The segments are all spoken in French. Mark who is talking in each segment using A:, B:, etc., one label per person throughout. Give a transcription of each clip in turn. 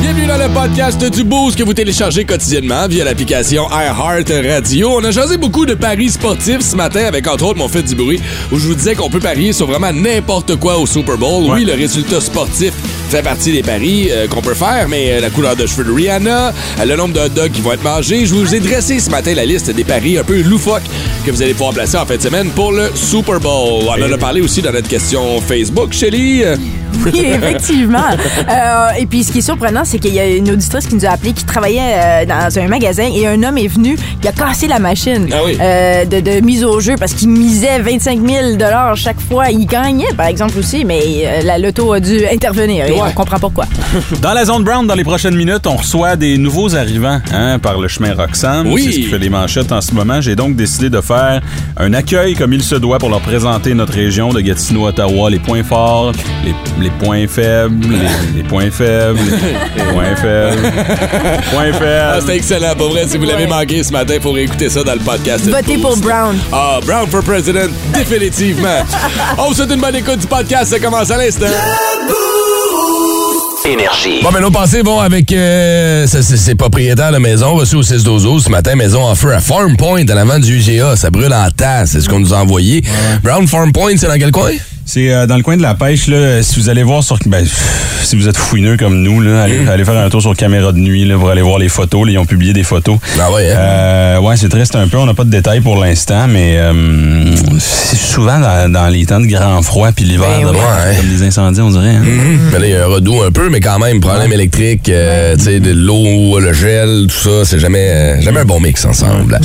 A: Bienvenue dans le podcast du Boost que vous téléchargez quotidiennement via l'application iHeart Radio. On a jasé beaucoup de paris sportifs ce matin avec entre autres mon fait du bruit où je vous disais qu'on peut parier sur vraiment n'importe quoi au Super Bowl. Oui, le résultat sportif fait partie des paris euh, qu'on peut faire, mais euh, la couleur de cheveux de Rihanna, euh, le nombre de hot dogs qui vont être mangés. Je vous ai dressé ce matin la liste des paris un peu loufoques que vous allez pouvoir placer en fin de semaine pour le Super Bowl. On en a parlé aussi dans notre question Facebook, euh, Shelly.
B: Oui, effectivement. Euh, et puis, ce qui est surprenant, c'est qu'il y a une auditrice qui nous a appelé qui travaillait euh, dans un magasin et un homme est venu qui a cassé la machine
A: Ah oui.
B: euh, de, de mise au jeu parce qu'il misait 25 000 chaque fois. Il gagnait, par exemple, aussi, mais euh, la loto a dû intervenir et
A: Ouais.
B: on comprend pourquoi.
C: Dans la zone brown, dans les prochaines minutes, on reçoit des nouveaux arrivants hein, par le chemin Roxham.
A: Oui.
C: C'est ce qui fait les manchettes en ce moment. J'ai donc décidé de faire un accueil comme il se doit pour leur présenter notre région de Gatineau, Ottawa, les points forts, les, les points faibles, les, les points faibles, les, les points faibles, points
A: Ah,
C: faibles.
A: c'était excellent. Pour vrai, si vous l'avez
B: Ouais.
A: manqué ce matin, il faut réécouter ça dans le podcast.
B: Votez
A: Boost.
B: pour Brown.
A: Ah, Brown for President, définitivement. On vous souhaite une bonne écoute du podcast. Ça commence à l'instant.
D: Énergie.
E: Bon, ben, nos pensées vont avec euh, ça, c'est- c'est propriétaire de maison reçu au 6 12 ce matin. Maison en feu à Farm Point, à l'avant du UGA. Ça brûle en tasse, c'est ce qu'on nous a envoyé. Brown Farm Point, c'est dans quel coin?
C: C'est euh, dans le coin de la pêche, là, si vous allez voir sur... ben, pff, si vous êtes fouineux comme nous, là, allez, allez faire un tour sur caméra de nuit là, pour aller voir les photos. là. ils ont publié des photos.
E: Ah ouais, hein?
C: Euh, ouais, c'est triste un peu. On n'a pas de détails pour l'instant, mais euh, c'est souvent dans, dans les temps de grand froid puis l'hiver,
E: Ben
C: de-
E: oui. Ouais.
C: comme des incendies, on dirait. hein.
B: Mm.
E: Ben, là, il y a un redout un peu, mais quand même, problème électrique, euh, tu sais, de l'eau, le gel, tout ça, c'est jamais, euh, jamais un bon mix ensemble.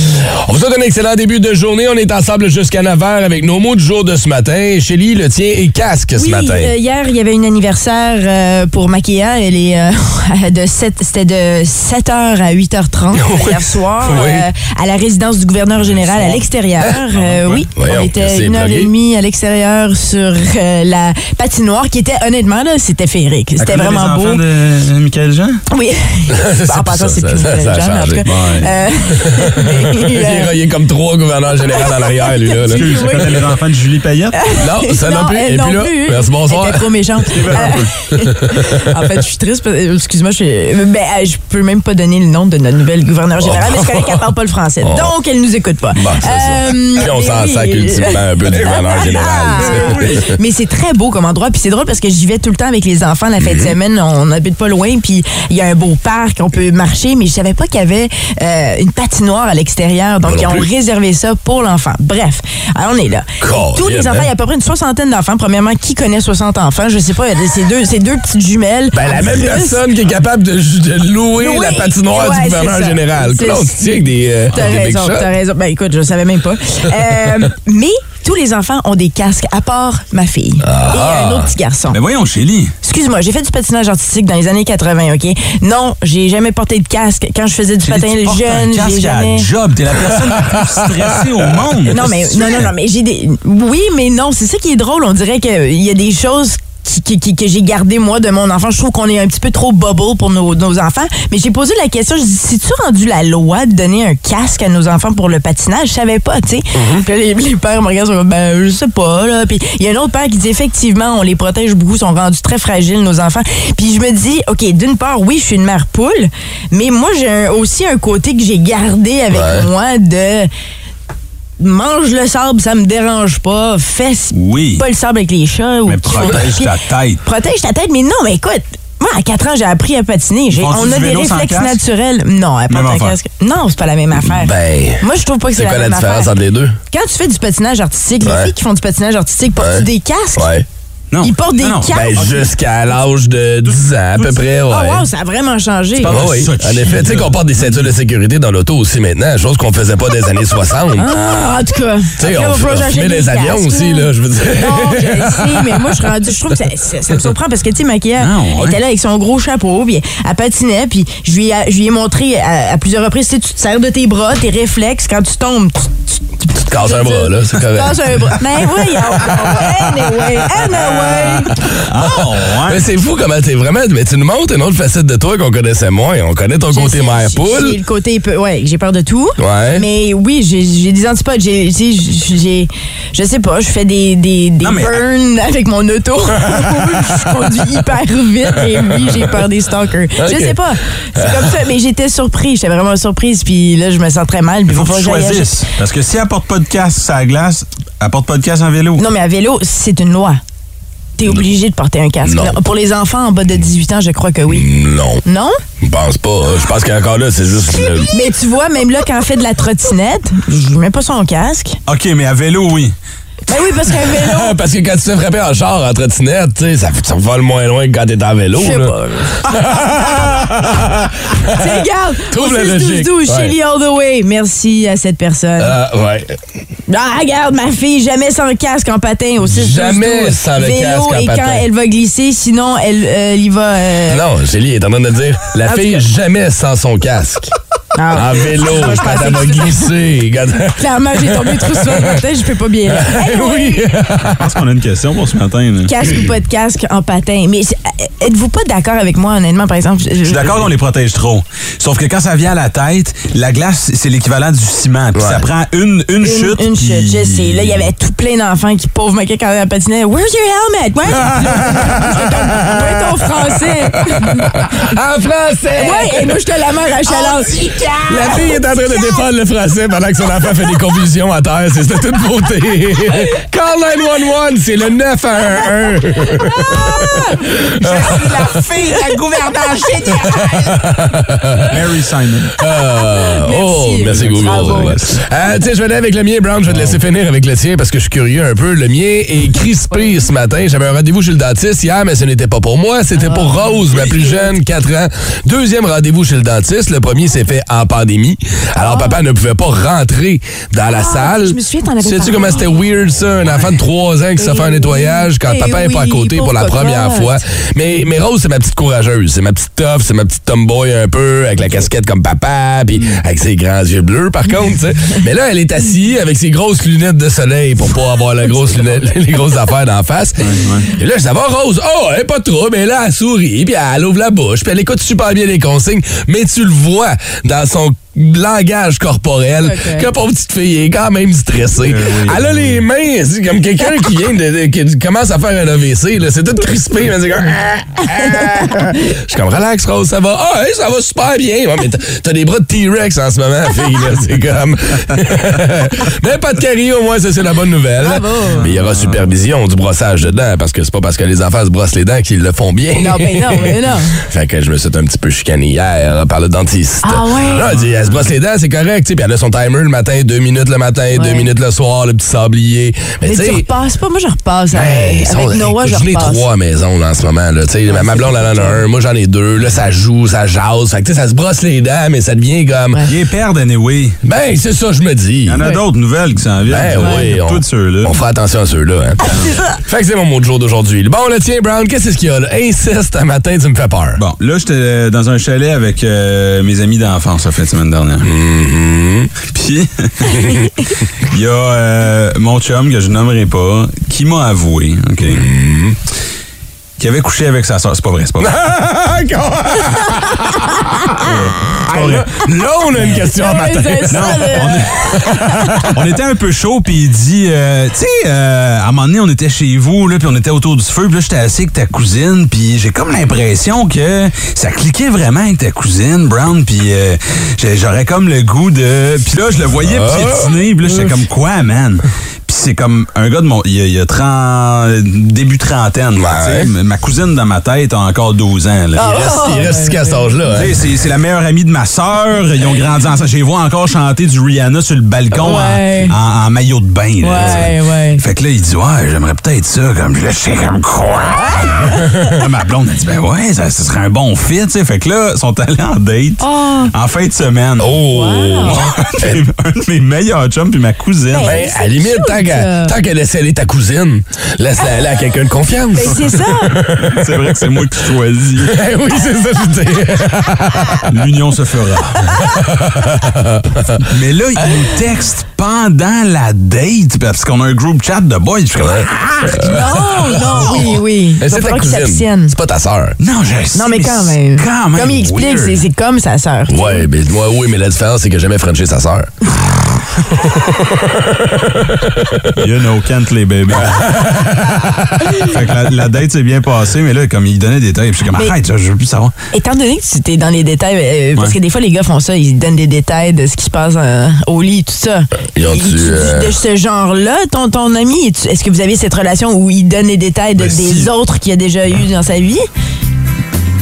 E: On vous souhaite un excellent début de journée. On est ensemble jusqu'à 9h avec nos mots du jour de ce matin. Chélie, le tien est casque ce
B: oui,
E: matin.
B: euh, hier, il y avait un anniversaire euh, pour Maquia. Elle est euh, de sept- c'était de 7h à 8h30 hier soir
E: Oui. Ah,
B: euh, à la résidence du gouverneur général à l'extérieur. Euh, oui,
E: Voyons,
B: on était
E: c'est
B: une heure
E: plugué.
B: et demie à l'extérieur sur euh, la patinoire qui était honnêtement là, c'était féerique. C'était vraiment beau.
C: de Michael Jean?
B: Oui. en
E: ça,
B: passant, c'est
E: ça,
B: plus
E: ça,
B: Michael
E: ça a
B: Jean, mais en tout
E: changé.
B: cas,
C: Ouais.
B: euh,
E: il,
B: et, euh,
E: est, il est comme trois gouverneurs généraux dans l'arrière, lui, là. là.
C: Excuse, c'est quand les enfants de Julie Payette?
E: Non, ça n'a
B: non,
E: plus.
B: elle
E: Et
B: non
E: puis là,
B: plus.
E: merci, bonsoir.
B: Elle était trop méchante. Euh, en fait, je suis triste. parce- euh, Excuse-moi, je, suis- ben, euh, je peux même pas donner le nom de notre nouvelle gouverneure générale, mais je connais qu'elle parle pas le français. Donc, elle nous écoute pas.
E: Oh. Bon, c'est ça.
B: Euh,
E: Puis on
B: mais
E: s'en
B: oui.
E: sac ultimement un peu du gouverneur général.
B: Ah,
E: tu sais.
B: Mais c'est très beau comme endroit, puis c'est drôle parce que j'y vais tout le temps avec les enfants la fin
E: Mm-hmm.
B: de semaine. On habite pas loin, puis il y a un beau parc, on peut marcher, mais je savais pas qu'il y avait euh, une patinoire à l'extérieur, donc
E: Moi non
B: ils ont
E: plus.
B: réservé ça pour l'enfant. Bref, alors on est là.
E: Colin,
B: Tous les enfants,
E: hein?
B: il y a à peu près une soixantaine d'enfants. Premièrement, qui connaît 60 enfants Je sais pas, il y a des- ces deux, ces deux petites jumelles.
E: Ben, la
B: en
E: même
B: plus.
E: personne qui est capable de, de louer
B: Louer.
E: la patinoire
B: Ouais,
E: du
B: c'est
E: gouverneur
B: ça.
E: général.
B: C'est-
E: Claude, tu tiens avec des, euh,
B: T'as
E: des big
B: raison,
E: shots.
B: t'as raison. Ben écoute, je savais même pas. Euh, mais tous les enfants ont des casques, à part ma fille
E: Ah.
B: et un autre petit garçon.
C: Ben voyons, Chélie.
B: Excuse-moi, j'ai fait du patinage artistique dans les années 80, OK? Non, j'ai jamais porté de casque. Quand je faisais du patin
C: Chélie, tu portes un
B: jeune, j'ai
C: casque à
B: jamais...
C: job. T'es la personne la plus stressée au monde.
B: Non, mais, non, non, non, mais j'ai des... Oui, mais non, c'est ça qui est drôle. On dirait qu'il y a des choses qui- qui- qui- que j'ai gardées, moi, de mon enfant. Je trouve qu'on est un petit peu trop bubble pour nos, nos enfants. Mais j'ai posé la question, je dis, c'est-tu rendu la loi de donner un casque à nos enfants pour le patinage? Je savais pas, tu sais. Puis les, les pères me regardent, ils sont comme, ben, je sais pas, là. Puis il y a un autre père qui dit, effectivement, on les protège beaucoup, ils sont rendus très fragiles, nos enfants. Puis je me dis, OK, d'une part, oui, je suis une mère poule, mais moi, j'ai un- aussi un côté que j'ai gardé avec moi de mange le sable, ça me dérange pas. Fais s-
C: Oui.
B: pas le sable avec les chats. ou
C: Mais
B: qu'il faut-
C: protège ta tête.
B: Protège ta tête, mais non, mais écoute. Moi, à 4 ans, j'ai appris à patiner. J'ai-
C: Font-tu
B: on a
C: du
B: des
C: vélo sans
B: réflexes
C: casque?
B: naturels. Non, elle porte un
C: affaire.
B: casque. Non, c'est pas la même affaire.
E: Ben,
B: Moi, je trouve pas que c'est
E: c'est
B: la
E: quoi la
B: même
E: différence
B: affaire.
E: entre les deux?
B: Quand tu fais du patinage artistique,
E: Ouais.
B: les filles qui font du patinage artistique portent
E: Ouais.
B: des casques.
E: Ouais.
C: Non.
B: Ils portent des
C: Non, non.
B: casques.
E: Ben, jusqu'à l'âge de 10 ans, à peu près, ouais.
B: Oh, wow, ça a vraiment changé.
E: Ah
C: parles de
E: oui,
C: ça,
E: en
C: Chili,
E: effet, tu sais
C: là.
E: qu'on porte des ceintures de sécurité dans l'auto aussi maintenant, chose qu'on faisait pas des années 60.
B: Ah, en tout cas.
E: Tu sais,
B: Après,
E: on,
B: va falloir
E: on
B: que j'achète
E: fumait
B: des
E: des avions
B: casques,
E: aussi, là, je veux dire.
B: Non, je le sais, mais moi, je suis rendue. Je trouve que ça, ça- ça me surprend parce que, tu sais, Maquia
C: Ah, ouais.
B: elle était là avec son gros chapeau, puis elle patinait, puis je lui, ai- je lui ai montré à, à plusieurs reprises, tu sais, tu te sers de tes bras, tes réflexes, quand tu tombes, tu, tu- tu- tu te
E: Casse un bras, là, c'est correct.
B: Casse un bras. Mais voyons. Anyway, anyway.
C: Ah,
E: Mais
C: ouais.
E: c'est fou comment t'es vraiment. Mais tu nous montres une autre facette de toi qu'on connaissait moins. On connaît ton
B: Je
E: côté
B: sais,
E: mère
B: j'ai-
E: poule.
B: J'ai le côté peu- ouais, j'ai peur de tout.
E: Ouais.
B: Mais oui, j'ai- j'ai des antipodes. J'ai, tu sais, j'ai, j'ai- je sais pas, je fais des, des, des
C: Non, mais-
B: burns avec mon auto. je conduis hyper vite et oui, j'ai peur des stalkers.
E: Ok.
B: Je sais pas. C'est comme ça, mais j'étais surprise. J'étais vraiment surprise. Puis là, je me sens très mal. Puis
C: Il faut
B: faut
C: que
B: pas
C: tu
B: que j'aille-
C: choisisses. Parce que si elle porte pas de casque à la glace, elle porte pas de casque en vélo.
B: Non, mais à vélo, c'est une loi. T'es obligé de porter un casque.
E: Non.
B: Pour les enfants en bas de 18 ans, je crois que oui.
E: Non,
B: Non?
E: je pense pas. hein. Je pense qu'encore là, c'est juste. le-
B: Mais tu vois, même là, quand on fait de la trottinette, je mets pas son casque.
C: OK, mais à vélo, oui.
B: Ben oui, parce qu'un vélo,
E: Ah, parce que quand tu te fais frapper en char, en trottinette, tu sais, ça, ça vole moins loin que quand t'es en vélo.
B: Je sais
E: là.
B: pas, tu sais, regarde,
E: Trouve la
B: au 6 12
E: logique.
B: Shelly all the way. Merci à cette personne.
E: Ah, ouais.
B: Ah, regarde, ma fille, jamais sans casque en patin au 6
E: Jamais sans le
B: vélo,
E: casque en
B: et quand
E: patin.
B: elle va glisser, sinon, elle, euh, elle y va... euh,
E: Non, Chélie est en train de dire la
B: En
E: fille
B: tout
E: jamais sans son casque.
B: Ah.
E: En vélo,
B: Je
E: quand
B: pensais
E: elle va
B: que-
E: glisser. quand-
B: Clairement, j'ai tombé trop souvent le matin, je peux pas bien.
E: oui.
C: Je pense qu'on a une question pour ce matin. là.
B: Casque ou pas de casque en patin. Mais c'est- euh, êtes-vous pas d'accord avec moi, honnêtement, par exemple?
C: Je suis d'accord qu'on les protège trop. Sauf que quand ça vient à la tête, la glace, c'est l'équivalent du ciment. Puis
E: Ouais.
C: ça prend une, une,
B: Une
C: chute.
B: Une chute,
C: puis-
B: je sais. Là, il y avait tout plein d'enfants qui, pauvres maquettes, quand ils patinaient, Where's your helmet? Where's Where's ton français?
E: En français!
F: Eh.
B: ouais, et moi, j'étais la mère à
F: Oh,
B: Chalance.
E: La fille est en train de défendre le français pendant que son enfant fait des convulsions à terre. C'est de toute beauté. Call 911, c'est le 911.
F: La fille, la gouvernante géniale.
C: Mary Simon.
E: Ah, Oh, merci Google.
B: Bravo.
E: Ouais. Ah, tu sais, je venais avec le mien, Brown. Je vais te laisser
B: Ah,
E: finir avec le tien parce que je suis curieux un peu. Le mien est crispé ce matin. J'avais un rendez-vous chez le dentiste hier, mais ce n'était pas pour moi. C'était pour
B: Ah,
E: Rose, ma plus jeune, 4 ans. Deuxième rendez-vous chez le dentiste. Le premier s'est fait en pandémie. Alors, papa ne pouvait pas rentrer dans la salle.
B: Ah. je me souviens, t'en avais
E: Sais-tu
B: parlé.
E: comment c'était weird, ça? Un enfant de 3 ans qui se
B: Eh
E: fait un
B: oui.
E: nettoyage quand
B: Eh
E: papa est pas à
B: oui,
E: côté pour la
B: pauvre
E: première
B: cocotte.
E: fois. Mais, mais Rose, c'est ma petite courageuse. C'est ma petite tough, c'est ma petite tomboy un peu, avec la casquette comme papa, puis avec ses grands yeux bleus, par contre. tu sais. Mais là, elle est assise avec ses grosses lunettes de soleil pour pas avoir la grosse lunette- les grosses affaires d'en face. Et là, je dis, ça va, Rose? Oh, elle est pas trop, mais là, elle sourit, puis elle ouvre la bouche, puis elle écoute super bien les consignes, mais tu le vois dans son langage corporel
B: Ok.
E: que pauvre petite fille est quand même stressée.
C: oui.
E: Elle a les mains, c'est comme quelqu'un qui vient de, de- qui commence à faire un AVC, là, c'est tout crispé, mais c'est comme Ah, ah. Je suis comme relax Rose, ça va. Ah, hey, ça va super bien. Ouais, mais t'as- t'as des bras de T-Rex en ce moment, fille, là, c'est comme Mais pas de carie au moins, ça c'est la bonne nouvelle. Mais il y aura supervision du brossage de dents parce que c'est pas parce que les enfants se brossent les dents qu'ils le font bien.
B: Non, ben non, ben non.
E: Fait que je me suis fait un petit peu chicané hier euh, par le dentiste.
B: Ah ouais?
E: Là, elle dit, elle se brosse les dents, c'est correct. tu sais. Puis elle a son timer le matin, deux minutes le matin, deux minutes le soir, le petit sablier. Mais,
B: Mais
E: tu
B: tu
E: sais,
B: repasses pas. Moi, je repasse. euh,
E: hey,
B: avec
E: ils sont-
B: avec Noah, je
E: écoute, ai
B: repasse. Ah,
E: trois maisons là, en ce moment. Là. Tu sais, ma- ma blonde, elle en a un, moi j'en ai deux. Là, ça joue, ça jase. Fait que tu sais, ça se brosse les dents, mais ça devient comme...
C: Il est perdre, anyway.
E: Ben, c'est ça, je me dis.
C: Il y en a d'autres nouvelles qui s'en viennent.
E: Ben oui,
C: Tout ceux-là.
E: on fait attention à ceux-là. hein. fait que c'est mon mot de jour d'aujourd'hui. Bon, le tien, Brown, qu'est-ce qu'il y a là? Inceste, un matin, tu me fais peur.
C: Bon, là, j'étais dans un chalet avec euh, mes amis d'enfance la fin de semaine dernière.
E: Mm-hmm.
C: Puis, il y a euh, mon chum, que je nommerai pas, qui m'a avoué, OK,
E: Mm-hmm.
C: qui avait couché avec sa soeur. C'est pas vrai, c'est pas vrai. C'est pas vrai.
E: Là, on a une question à
B: Ouais, ben,
E: matin.
B: c'est ça, là.
C: On était un peu chaud, puis il dit, euh, tu sais, euh, à un moment donné, on était chez vous, là, puis on était autour du feu, puis là, j'étais assis avec ta cousine, puis j'ai comme l'impression que ça cliquait vraiment avec ta cousine, Brown, puis euh, j'ai- j'aurais comme le goût de... Puis là, je le voyais
B: Ah.
C: piétiner, puis là, j'étais comme, quoi, man? Puis c'est comme un gars de mon... Il y a, il y a 30... Début trentaine, là, tu sais.
E: Ouais.
C: Ma- Ma cousine dans ma tête a encore 12 ans, là.
B: Ah,
E: Il reste, il reste qu'à cet âge-là. hein.
C: Tu sais, C'est c'est la meilleure amie de ma sœur. Ils ont grandi ensemble. Je les vois encore chanter du Rihanna sur le balcon en-
B: Ouais.
C: en, en maillot de bain. là,
B: Ouais,
C: tu sais.
B: ouais.
C: Fait que là, il dit Ouais, j'aimerais peut-être ça. Comme je le sais, comme quoi. Là, ma blonde a dit Ben ouais, ça, ça serait un bon fit. tu sais. Fait que là, ils sont allés en date
B: Oh.
C: en fin de semaine.
E: Oh!
C: un de mes meilleurs chums puis ma cousine.
E: Ben, à la limite, tant qu'à qu'à
B: ça.
E: tant qu'à laisser aller ta cousine, laisse-la aller à quelqu'un de confiance.
B: Ah. Ben, c'est ça.
G: C'est vrai que c'est moi qui choisis.
E: Eh oui, c'est ça, je dis.
G: L'union se fera.
C: Mais là, il nous texte pendant la date parce qu'on a un group chat de boys. Je suis comme, ah!
B: Non, non, oui, oui.
E: Mais
B: Il va
E: C'est ta
B: falloir qu'ils
E: cousine.
B: s'abstiennent.
E: C'est pas ta sœur.
C: Non, je sais,
B: Non, mais quand
C: c'est
B: même.
C: quand même
B: Comme il explique,
C: weird.
B: c'est c'est comme sa sœur.
E: Ouais, mais moi, oui, mais la différence, c'est que jamais Frenché sa sœur.
G: You know, can't les baby. fait que la, la date s'est bien passée, mais là, comme il donnait des détails, je suis comme,
B: Mais-
G: arrête, ça, je veux plus savoir.
B: Étant donné que tu t'es dans les détails, euh, parce que des fois, les gars font ça, ils donnent des détails de ce qui se passe euh, au lit, tout ça.
E: Ils ont
B: Et
E: dû,
B: tu dis
E: euh,
B: de ce genre-là, ton, ton ami, est-tu- est-ce que vous avez cette relation où il donne les détails de-
C: Ben,
B: des
C: si.
B: autres qu'il a déjà eu dans sa vie?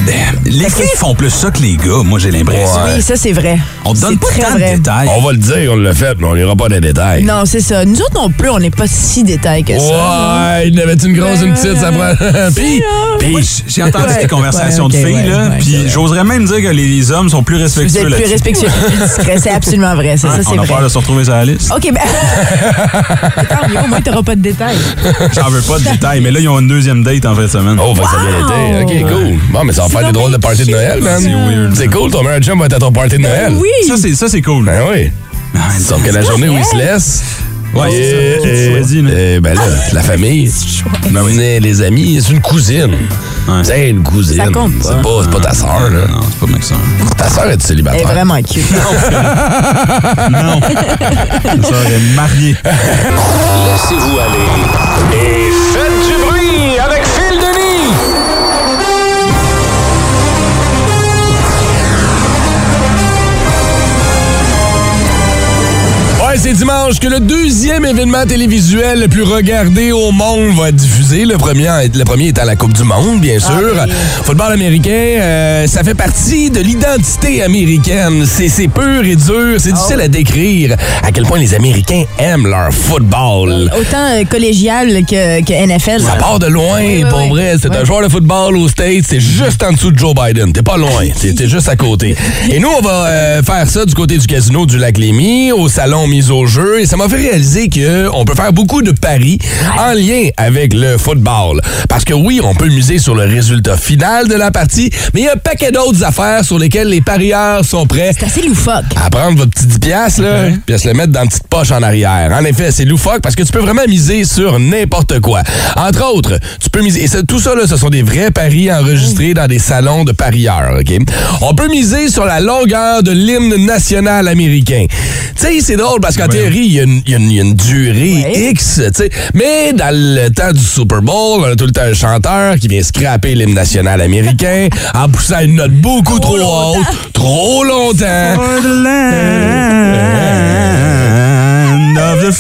C: Ben, Les filles font plus ça que les gars, moi, j'ai l'impression.
B: Oui, ça, c'est vrai.
C: On te donne
B: C'est
C: pas
B: très
C: tant
B: vrai.
C: de détails.
E: On va le dire, on l'a fait, mais on n'ira pas dans les détails.
B: Non, c'est ça. Nous autres non plus, on n'est pas si détails que ça. Ben,
E: Ouais, il en avait une grosse, une petite, ça prend. Puis,
C: Moi, j- j'ai entendu
B: Ouais.
C: des conversations
B: Ouais,
C: de
B: ok,
C: filles,
B: ouais,
C: là,
B: ouais,
C: puis
B: ouais.
C: j'oserais même dire que les hommes sont plus
B: Vous
C: respectueux
B: êtes plus
C: là-dessus.
B: respectueux, plus discret. C'est absolument vrai.
G: Ah,
B: Ça, ça
C: On
B: c'est
C: a peur
B: vrai.
C: de se retrouver sur la liste.
B: OK, ben. Attends, mais au moins, t'auras pas de détails.
G: J'en veux pas de détails, mais là, ils ont une deuxième date en fin de semaine.
E: Oh, fait que ça a bien été. OK, cool. Bon, mais ça va faire des drôles de parties de Noël, man. C'est cool, ton meilleur chum va être à ton party de Noël.
B: Ben Oui.
G: Ça, c'est, ça, c'est cool.
E: Ben oui.
G: Ah,
E: Sauf que la journée où il se laisse.
G: Ouais, c'est ça. Tu choisis, là.
E: eh, ben là,
B: Ah,
E: la famille. Ben oui. Mais Les amis, c'est une cousine. C'est une cousine.
B: Ça compte pas.
E: C'est pas, c'est pas ta soeur, là.
G: Non, c'est pas ma sœur.
E: Ta soeur est
B: Elle est
E: célibataire.
B: vraiment cute.
G: Ma sœur est mariée.
D: Laissez-vous aller. Et faites du bruit avec Phil Denis.
E: Ouais, c'est dimanche que le deuxième événement télévisuel le plus regardé au monde va être diffusé. Le premier, le premier étant la Coupe du Monde, bien sûr. Football américain, euh, ça fait partie de l'identité américaine. C'est c'est pur et dur, c'est difficile à décrire à quel point les Américains aiment leur football.
B: Autant euh, collégial que, que NFL.
E: Ça part de loin,
B: oui,
E: pour
B: oui.
E: vrai. C'est un
B: Oui.
E: joueur de football aux States, c'est juste en dessous de Joe Biden. T'es pas loin, t'es t'es juste à côté. Et nous, on va euh, faire ça du côté du casino du Lac Lémy, au salon mise au jeu. Et ça m'a fait réaliser que on peut faire beaucoup de paris en lien avec le football. Parce que oui, on peut miser sur le résultat final de la partie, mais il y a un paquet d'autres affaires sur lesquelles les parieurs sont prêts
B: C'est assez loufoque.
E: à prendre votre petit 10 piastres, là, puis à se le mettre dans une petite poche en arrière. En effet, c'est loufoque parce que tu peux vraiment miser sur n'importe quoi. Entre autres, tu peux miser... Et ça- tout ça, là, ce sont des vrais paris enregistrés dans des salons de parieurs, OK? On peut miser sur la longueur de l'hymne national américain. Tu sais, c'est drôle parce qu'en théorie, il y, a une- il y a une- il y a une durée
B: Ouais.
E: X, tu sais. Mais dans le temps du Super Bowl, on a tout le temps un chanteur qui vient scraper l'hymne national américain en poussant une note beaucoup trop, haute, trop longtemps.
G: For the land of the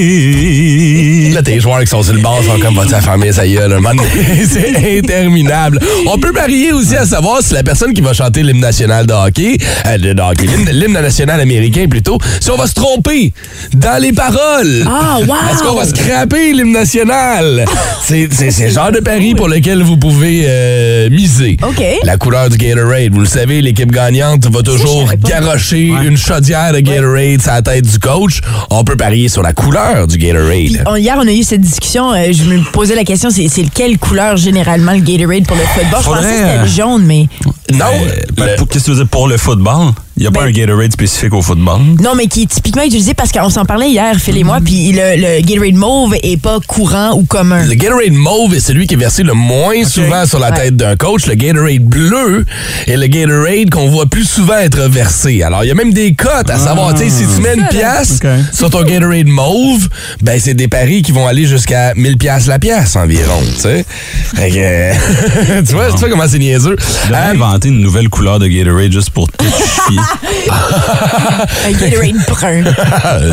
G: free.
E: Là, tes joueurs qui sont sur le bord sont comme, va-tu la famille, ça y est, là, un moment donné, c'est interminable. On peut parier aussi à savoir si la personne qui va chanter l'hymne national de hockey, euh, de, de hockey, l'hymne- l'hymne national américain plutôt, si on va se tromper dans les paroles.
B: Ah, wow!
E: Est-ce qu'on va scraper l'hymne national? C'est c'est- c'est le genre de pari pour lequel vous pouvez euh, miser.
B: OK.
E: La couleur du Gatorade, vous le savez, l'équipe gagnante va toujours
B: savais pas.
E: garrocher une chaudière de Gatorade sur la tête du coach. On peut parier sur la couleur du Gatorade.
B: On- hier, on a eu cette discussion. euh, je me posais la question, c'est c'est quelle couleur généralement le Gatorade pour le football? Je pensais
C: Faudrait,
B: que c'était
C: euh,
B: le jaune, mais...
C: oh,
E: Non,
G: Euh, ben,
E: le-
G: pour- Qu'est-ce que tu veux dire pour le football? Il n'y a pas
B: Ben-
G: un Gatorade spécifique au football.
B: Non, mais qui est typiquement utilisé parce qu'on s'en parlait hier, Phil et moi,
E: Mm-hmm.
B: puis le, le Gatorade mauve est pas courant ou commun.
E: le Gatorade mauve est celui qui est versé le moins souvent sur la
B: Ouais.
E: tête d'un coach. Le Gatorade bleu est le Gatorade qu'on voit plus souvent être versé. Alors, il y a même des cotes à savoir. Tu sais, si tu mets une pièce
G: OK.
E: sur ton Gatorade mauve, ben c'est des paris qui vont aller jusqu'à 1000 pièces la pièce environ. Tu sais, Fait que, euh, tu vois, tu vois comment c'est niaiseux.
C: Ben
G: J'ai
E: Euh,
G: inventé une nouvelle couleur de Gatorade juste pour tout chier.
B: Un Gatorade brun.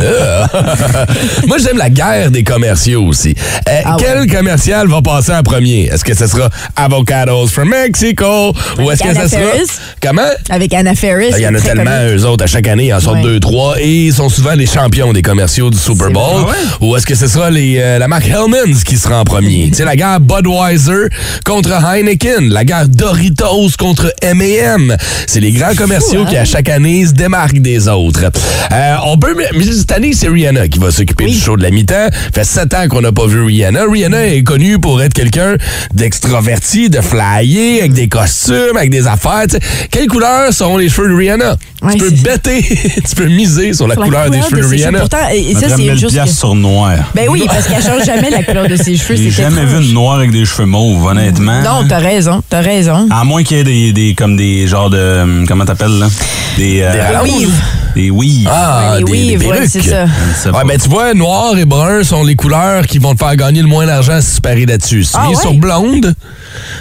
E: Moi, j'aime la guerre des commerciaux aussi. Euh,
B: Ah ouais.
E: quel commercial va passer en premier? Est-ce que ce sera Avocados from Mexico? Ou est-ce que
B: Anna
E: ce sera.
B: Ferris.
E: Comment?
B: Avec Anna Ferris.
E: Ah, Il y en a
B: très
E: tellement, euh,
B: connu.
E: eux autres, à chaque année, ils en sortent
B: Ouais.
E: deux, trois, et ils sont souvent les champions des commerciaux du Super
B: C'est
E: Bowl. Ou est-ce que ce sera les, euh, la marque Hellman's qui sera en premier? tu sais, la guerre Budweiser contre Heineken, la guerre Doritos contre M&M. C'est les grands commerciaux qui, à chaque année, se démarquent débarque des autres. Euh, on peut, mais cette année, c'est Rihanna qui va s'occuper du show de la mi-temps. fait sept ans qu'on n'a pas vu Rihanna. Rihanna est connue pour être quelqu'un d'extraverti, de flyer, avec des costumes, avec des affaires. tu sais. Quelle couleur sont les cheveux de Rihanna?
B: Ouais,
E: tu peux
B: c'est-
E: bêter, tu peux miser sur la, couleur, des cheveux de
B: ses
E: Rihanna.
B: Pourtant, et, et ça,
C: Mettrais
B: c'est
C: 1000
B: juste. que-
C: piastres sur noir.
B: Ben oui, parce qu'elle change jamais la couleur de ses cheveux.
C: J'ai
B: c'est
C: jamais
B: étrange.
C: vu une noire avec des cheveux mauves,
E: hein?
C: honnêtement.
B: Non, t'as raison, t'as raison.
C: À moins qu'il y ait des, des- comme des genres de hum, comment t'appelles là Des euh,
E: Des
B: weaves.
C: Des weaves.
E: Ah,
B: Ouais, les
E: des, des
B: weaves, ouais,
E: perruques.
B: c'est ça.
C: Je sais
E: Ouais,
C: pas.
E: ben tu vois, noir et brun sont les couleurs qui vont te faire gagner le moins d'argent si tu paries là-dessus. Si tu
B: Ah
E: viens
B: ouais?
E: sur blonde,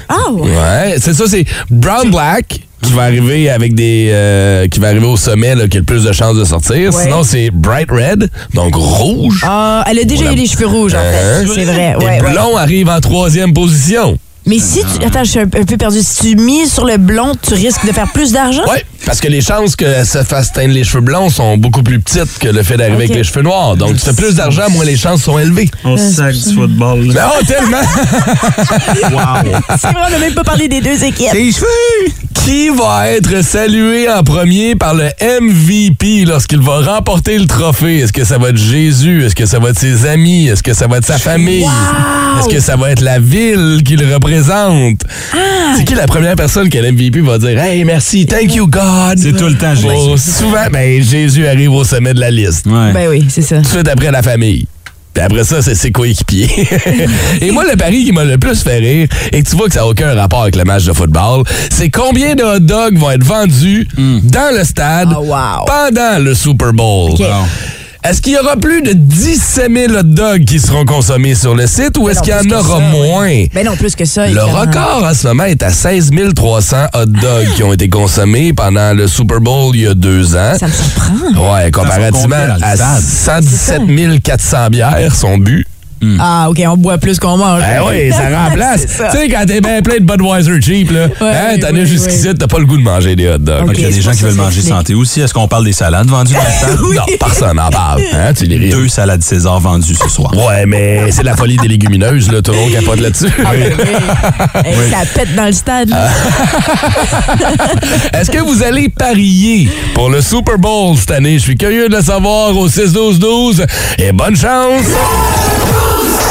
B: Ah, ouais.
E: ouais, c'est ça, c'est brown black qui va arriver avec des euh, qui va arriver au sommet là, qui a le plus de chances de sortir.
B: Ouais.
E: Sinon c'est bright red, donc rouge.
B: Ah, elle a déjà eu les cheveux rouges, en fait.
E: Hein?
B: C'est vrai,
E: et
B: ouais. ouais.
E: blond arrive en troisième position.
B: Mais si tu. Attends, je suis un un peu perdue. Si tu mises sur le blond, tu risques de faire plus d'argent?
E: Ouais, parce que les chances que ça fasse teindre les cheveux blonds sont beaucoup plus petites que le fait d'arriver
B: Ok.
E: avec les cheveux noirs. Donc tu fais plus d'argent, moins les chances sont élevées.
B: Euh,
H: On sac du football.
E: Ben,
C: ah,
E: oh, tellement.
B: C'est vrai, on n'a même pas parlé des deux équipes.
C: Tes cheveux.
E: Qui va être salué en premier par le MVP lorsqu'il va remporter le trophée? Est-ce que ça va être Jésus? Est-ce que ça va être ses amis? Est-ce que ça va être sa famille? Est-ce que ça va être la ville qu'il représente? C'est qui la première personne que le MVP va dire Hey, merci, thank you God?
C: C'est tout le temps Jésus.
E: Oh, souvent, ben, Jésus arrive au sommet de la liste.
C: Ouais.
B: Ben oui, c'est ça.
E: Tout de suite après la famille. Puis après ça, c'est ses coéquipiers. Et moi, le pari qui m'a le plus fait rire, et que tu vois que ça n'a aucun rapport avec le match de football, c'est combien de hot dogs vont être vendus dans le stade
B: Hmm. Ah, wow.
E: pendant le Super Bowl.
B: Ok.
E: Est-ce qu'il y aura plus de 17 000 hot dogs qui seront consommés sur le site ou est-ce
B: non,
E: qu'il y
B: plus
E: en
B: que
E: aura
B: ça, ouais.
E: moins?
B: Ben non, plus que ça.
E: Le
B: évidemment.
E: record en ce moment est à 16 300 hot dogs qui ont été consommés pendant le Super Bowl il y a deux ans.
B: Ça me surprend.
E: Ouais, comparativement
C: complet dans le
E: à
C: stade.
E: 117 400 bières, son but.
B: Ah, OK, on boit plus qu'on mange.
E: Mm. Ben oui, ça remplace.
B: C'est
E: tu
B: ça.
E: sais, quand t'es bien plein de Budweiser cheap, là, hein, t'en
B: oui,
E: as jusqu'ici,
B: oui.
E: t'as pas le goût de manger des hot dogs.
B: Ok.
C: Il y a
B: c'est
C: des gens qui
B: pour ça
C: veulent
B: que ça
C: manger
B: explique.
C: santé aussi. Est-ce qu'on parle des salades vendues dans le stade?
E: Non, personne n'en parle. Hein, tu les ris.
C: Deux salades César vendues ce soir.
E: Ouais, mais c'est la folie des légumineuses, là. Tout le monde capote là-dessus.
B: Eh, Ça pète dans le stade. là.
E: Ah. Est-ce que vous allez parier pour le Super Bowl cette année? Je suis curieux de le savoir au 6-12-12. Et bonne chance!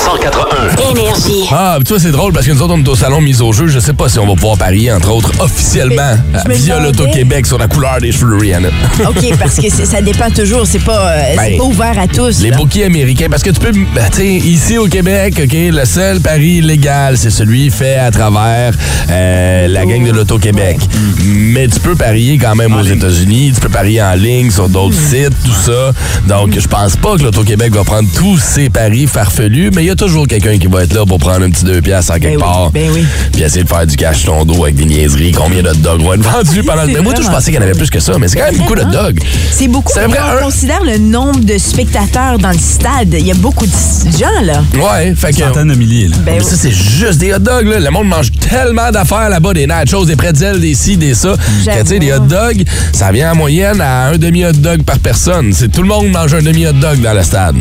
D: 181.
I: Énergie.
E: Ah, tu vois, c'est drôle parce que nous autres, on est au salon mise au jeu. Je sais pas si on va pouvoir parier, entre autres, officiellement,
B: Mais je me
E: via
B: demandais-
E: l'Auto-Québec sur la couleur des cheveux de Rihanna.
B: OK, parce que c'est- ça dépend toujours. C'est pas, euh, c'est
E: Ben,
B: pas ouvert à tous.
E: Les
B: là.
E: bouquets américains, parce que tu peux, ben, tu sais, ici au Québec, ok, le seul pari légal, c'est celui fait à travers euh, la gang de l'Auto-Québec. Mais tu peux parier quand même aux États-Unis, tu peux parier en ligne sur d'autres
B: Hmm.
E: sites, tout ça. Donc, je pense pas que l'Auto-Québec va prendre tous ses paris farfelus, mais il y a toujours quelqu'un qui va être là pour prendre un petit deux piastres en quelque
B: oui,
E: part.
B: ben oui.
E: Puis essayer de faire du cash sur ton dos avec des niaiseries, combien de dogs vont être vendus pendant le.
B: C'est hein. Ah.
E: Mais moi, tout, je
B: vraiment
E: pensais qu'il y en avait plus que ça, mais c'est quand même beaucoup de dogs.
B: C'est beaucoup.
E: C'est vrai,
B: quand
E: un-
B: on considère le nombre de spectateurs dans le stade. Il y a beaucoup de gens, là.
E: Ouais, fait que.
C: Centaines de milliers, là.
B: Ben
E: Mais
B: oui.
E: ça, c'est juste des hot dogs, là. Le monde mange tellement d'affaires là-bas, des nachos, des pretzels, des ci, des ça. Que, tu sais, des hot dogs, ça vient en moyenne à un demi-hot dog par personne. C'est tout le monde mange un demi-hot dog dans le stade.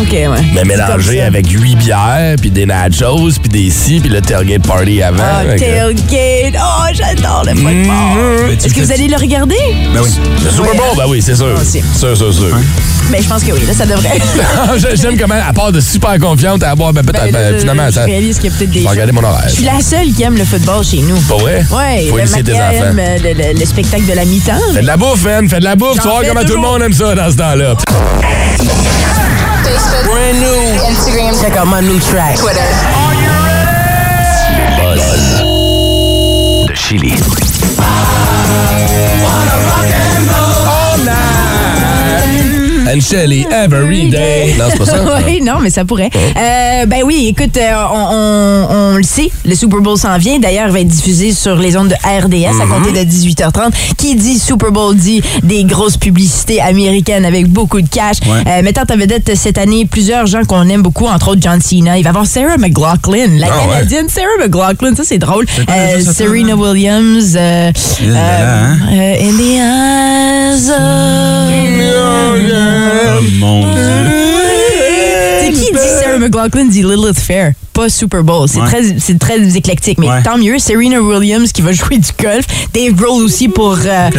B: OK, ouais.
E: Mais
B: C'est comme
E: mélangé
B: ça.
E: avec huit bières, puis des nachos, puis des ci, puis le tailgate party avant.
B: Ah, Mhm.
E: Fait que- Mm-hmm.
B: tailgate. Oh, j'adore le football.
C: Mais tu
B: Est-ce que
C: fais-
B: vous allez le regarder?
C: Ben oui.
E: Le Super Bowl, ben oui, c'est sûr.
B: Ah, c'est-
E: Sûr, sûr, sûr.
B: Ben, je pense que oui. Là, ça devrait.
E: J'aime comment, à part de super confiante, à avoir, ben peut-être,
B: Ah, Hein? Ben,
E: ben,
B: là,
E: finalement,
B: je
E: ça.
B: réalise qu'il y a peut-être des
E: Je vais
B: gens.
E: regarder mon horaire.
B: Je suis la seule qui aime le football chez nous.
E: Pas vrai?
B: Ouais,
E: Faut
B: le
E: laisser tes
B: Maria
E: enfants.
B: aime, euh, le, le- le spectacle de la mi-temps.
E: Fais de la bouffe, man. Fais de la bouffe. Tu
B: J'en
E: vois
B: fais
E: comment tout le
B: toujours.
E: monde aime ça dans ce temps-là.
B: Check out my new track.
D: De Chili.
E: And Shelly, every day. Non, c'est pas ça. hein.
B: oui, non, mais ça pourrait. Euh, ben oui, écoute, euh, on, on- on le sait, le Super Bowl s'en vient. D'ailleurs, il va être diffusé sur les ondes de RDS à compter de 18h30. Qui dit Super Bowl dit des grosses publicités américaines avec beaucoup de cash.
C: Ouais.
B: Euh, mettant en vedette cette année plusieurs gens qu'on aime beaucoup, entre autres John Cena. Il va y avoir Sarah McLaughlin, la
E: ouais.
B: Canadienne Sarah McLaughlin. Ça, c'est drôle.
C: quoi
B: Euh,
C: déjà cette
B: Serena Williams. euh,
C: là là, hein?
B: euh, in the eyes of-
C: Oh mon Dieu.
B: c'est qui dit Sarah McLaughlin dit Lilith Fair, pas Super Bowl. C'est
C: Ouais.
B: très, c'est très éclectique, mais
C: Ouais.
B: tant mieux. Serena Williams qui va jouer du golf. Dave Grohl aussi pour euh,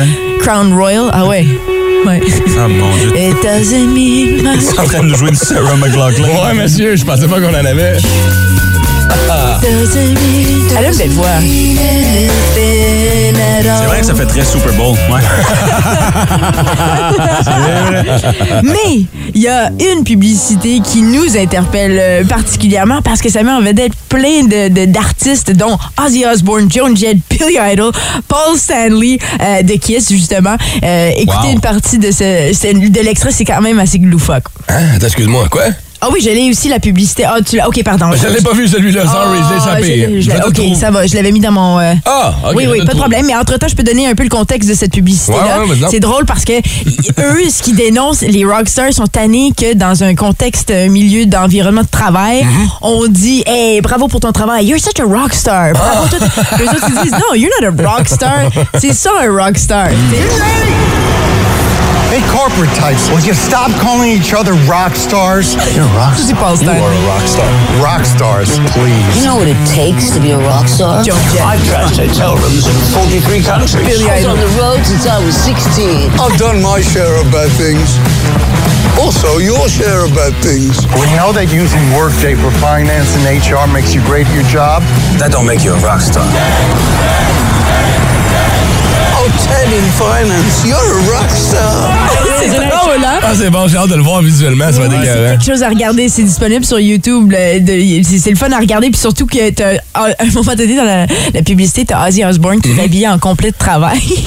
B: Crown Royal. Ah ouais. Ouais.
C: Ah mon dieu.
B: It doesn't mean much,
C: T'es en train de jouer du Sarah McLaughlin.
E: Ouais, monsieur, je pensais pas qu'on en avait.
B: doesn't mean- Elle a une belle voix.
C: C'est vrai que ça fait très Super Bowl. Ouais.
B: Mais il y a une publicité qui nous interpelle euh, particulièrement parce que ça met en vedette plein de- de- d'artistes, dont Ozzy Osbourne, Joan Jett, Billy Idol, Paul Stanley euh, de Kiss, justement. Euh, écoutez
C: Wow.
B: une partie de, ce, c'est- de l'extrait, c'est quand même assez loufoque.
E: Hein? Attends, excuse-moi, quoi?
B: Ah oui, je l'ai aussi, la publicité. Ah, tu l'as. OK, pardon.
E: Je l'ai pas vu, celui-là. Sorry, je l'ai
B: Ah, je-
E: sapé.
B: je
E: Je
B: l'ai-
E: vais te
B: OK,
E: trouver.
B: ça va. Je l'avais mis dans mon... euh,
E: Ah, OK.
B: oui,
E: je
B: oui,
E: vais te
B: pas de
E: trouver.
B: problème. Mais entre-temps, je peux donner un peu le contexte de cette publicité-là.
E: Ouais, ouais, vas-y donc.
B: c'est drôle parce que eux, ce qu'ils dénoncent, les rockstars sont tannés que dans un contexte, un milieu d'environnement de travail,
E: Uh-huh.
B: on dit Hey, bravo pour ton travail. You're such a
E: Ah.
B: rockstar. Bravo. toi. Les autres, ils disent Non, you're not a rockstar. C'est ça, un rockstar. C'est-
H: Hey, corporate types, will you stop calling each other rock stars? You're rock
B: C'est pas
H: You are a rock star. Rock stars, please.
I: You know what it takes to be a rock star?
B: Joan Jett.
D: I've crashed hotel rooms in 43 countries.
B: Billy
I: I was
B: Idol.
I: on the road since I was 16.
H: I've done my share of bad things. Also, your share of bad things. We know that using Workday for finance and HR makes you great at your job.
D: That don't make you a rock star. Oh, Ted in finance, you're a rock star.
B: C'est drôle, hein?
E: Ah, c'est bon, j'ai hâte de le voir visuellement, ça va être
B: Ouais, c'est
E: écœurant.
B: quelque chose à regarder. C'est disponible sur YouTube. le- de- C'est c'est le fun à regarder. Puis surtout que t'as- ah, à un moment donné dans la, la publicité, t'as Ozzy Osbourne qui est habillé en complet de travail.
E: Mhm.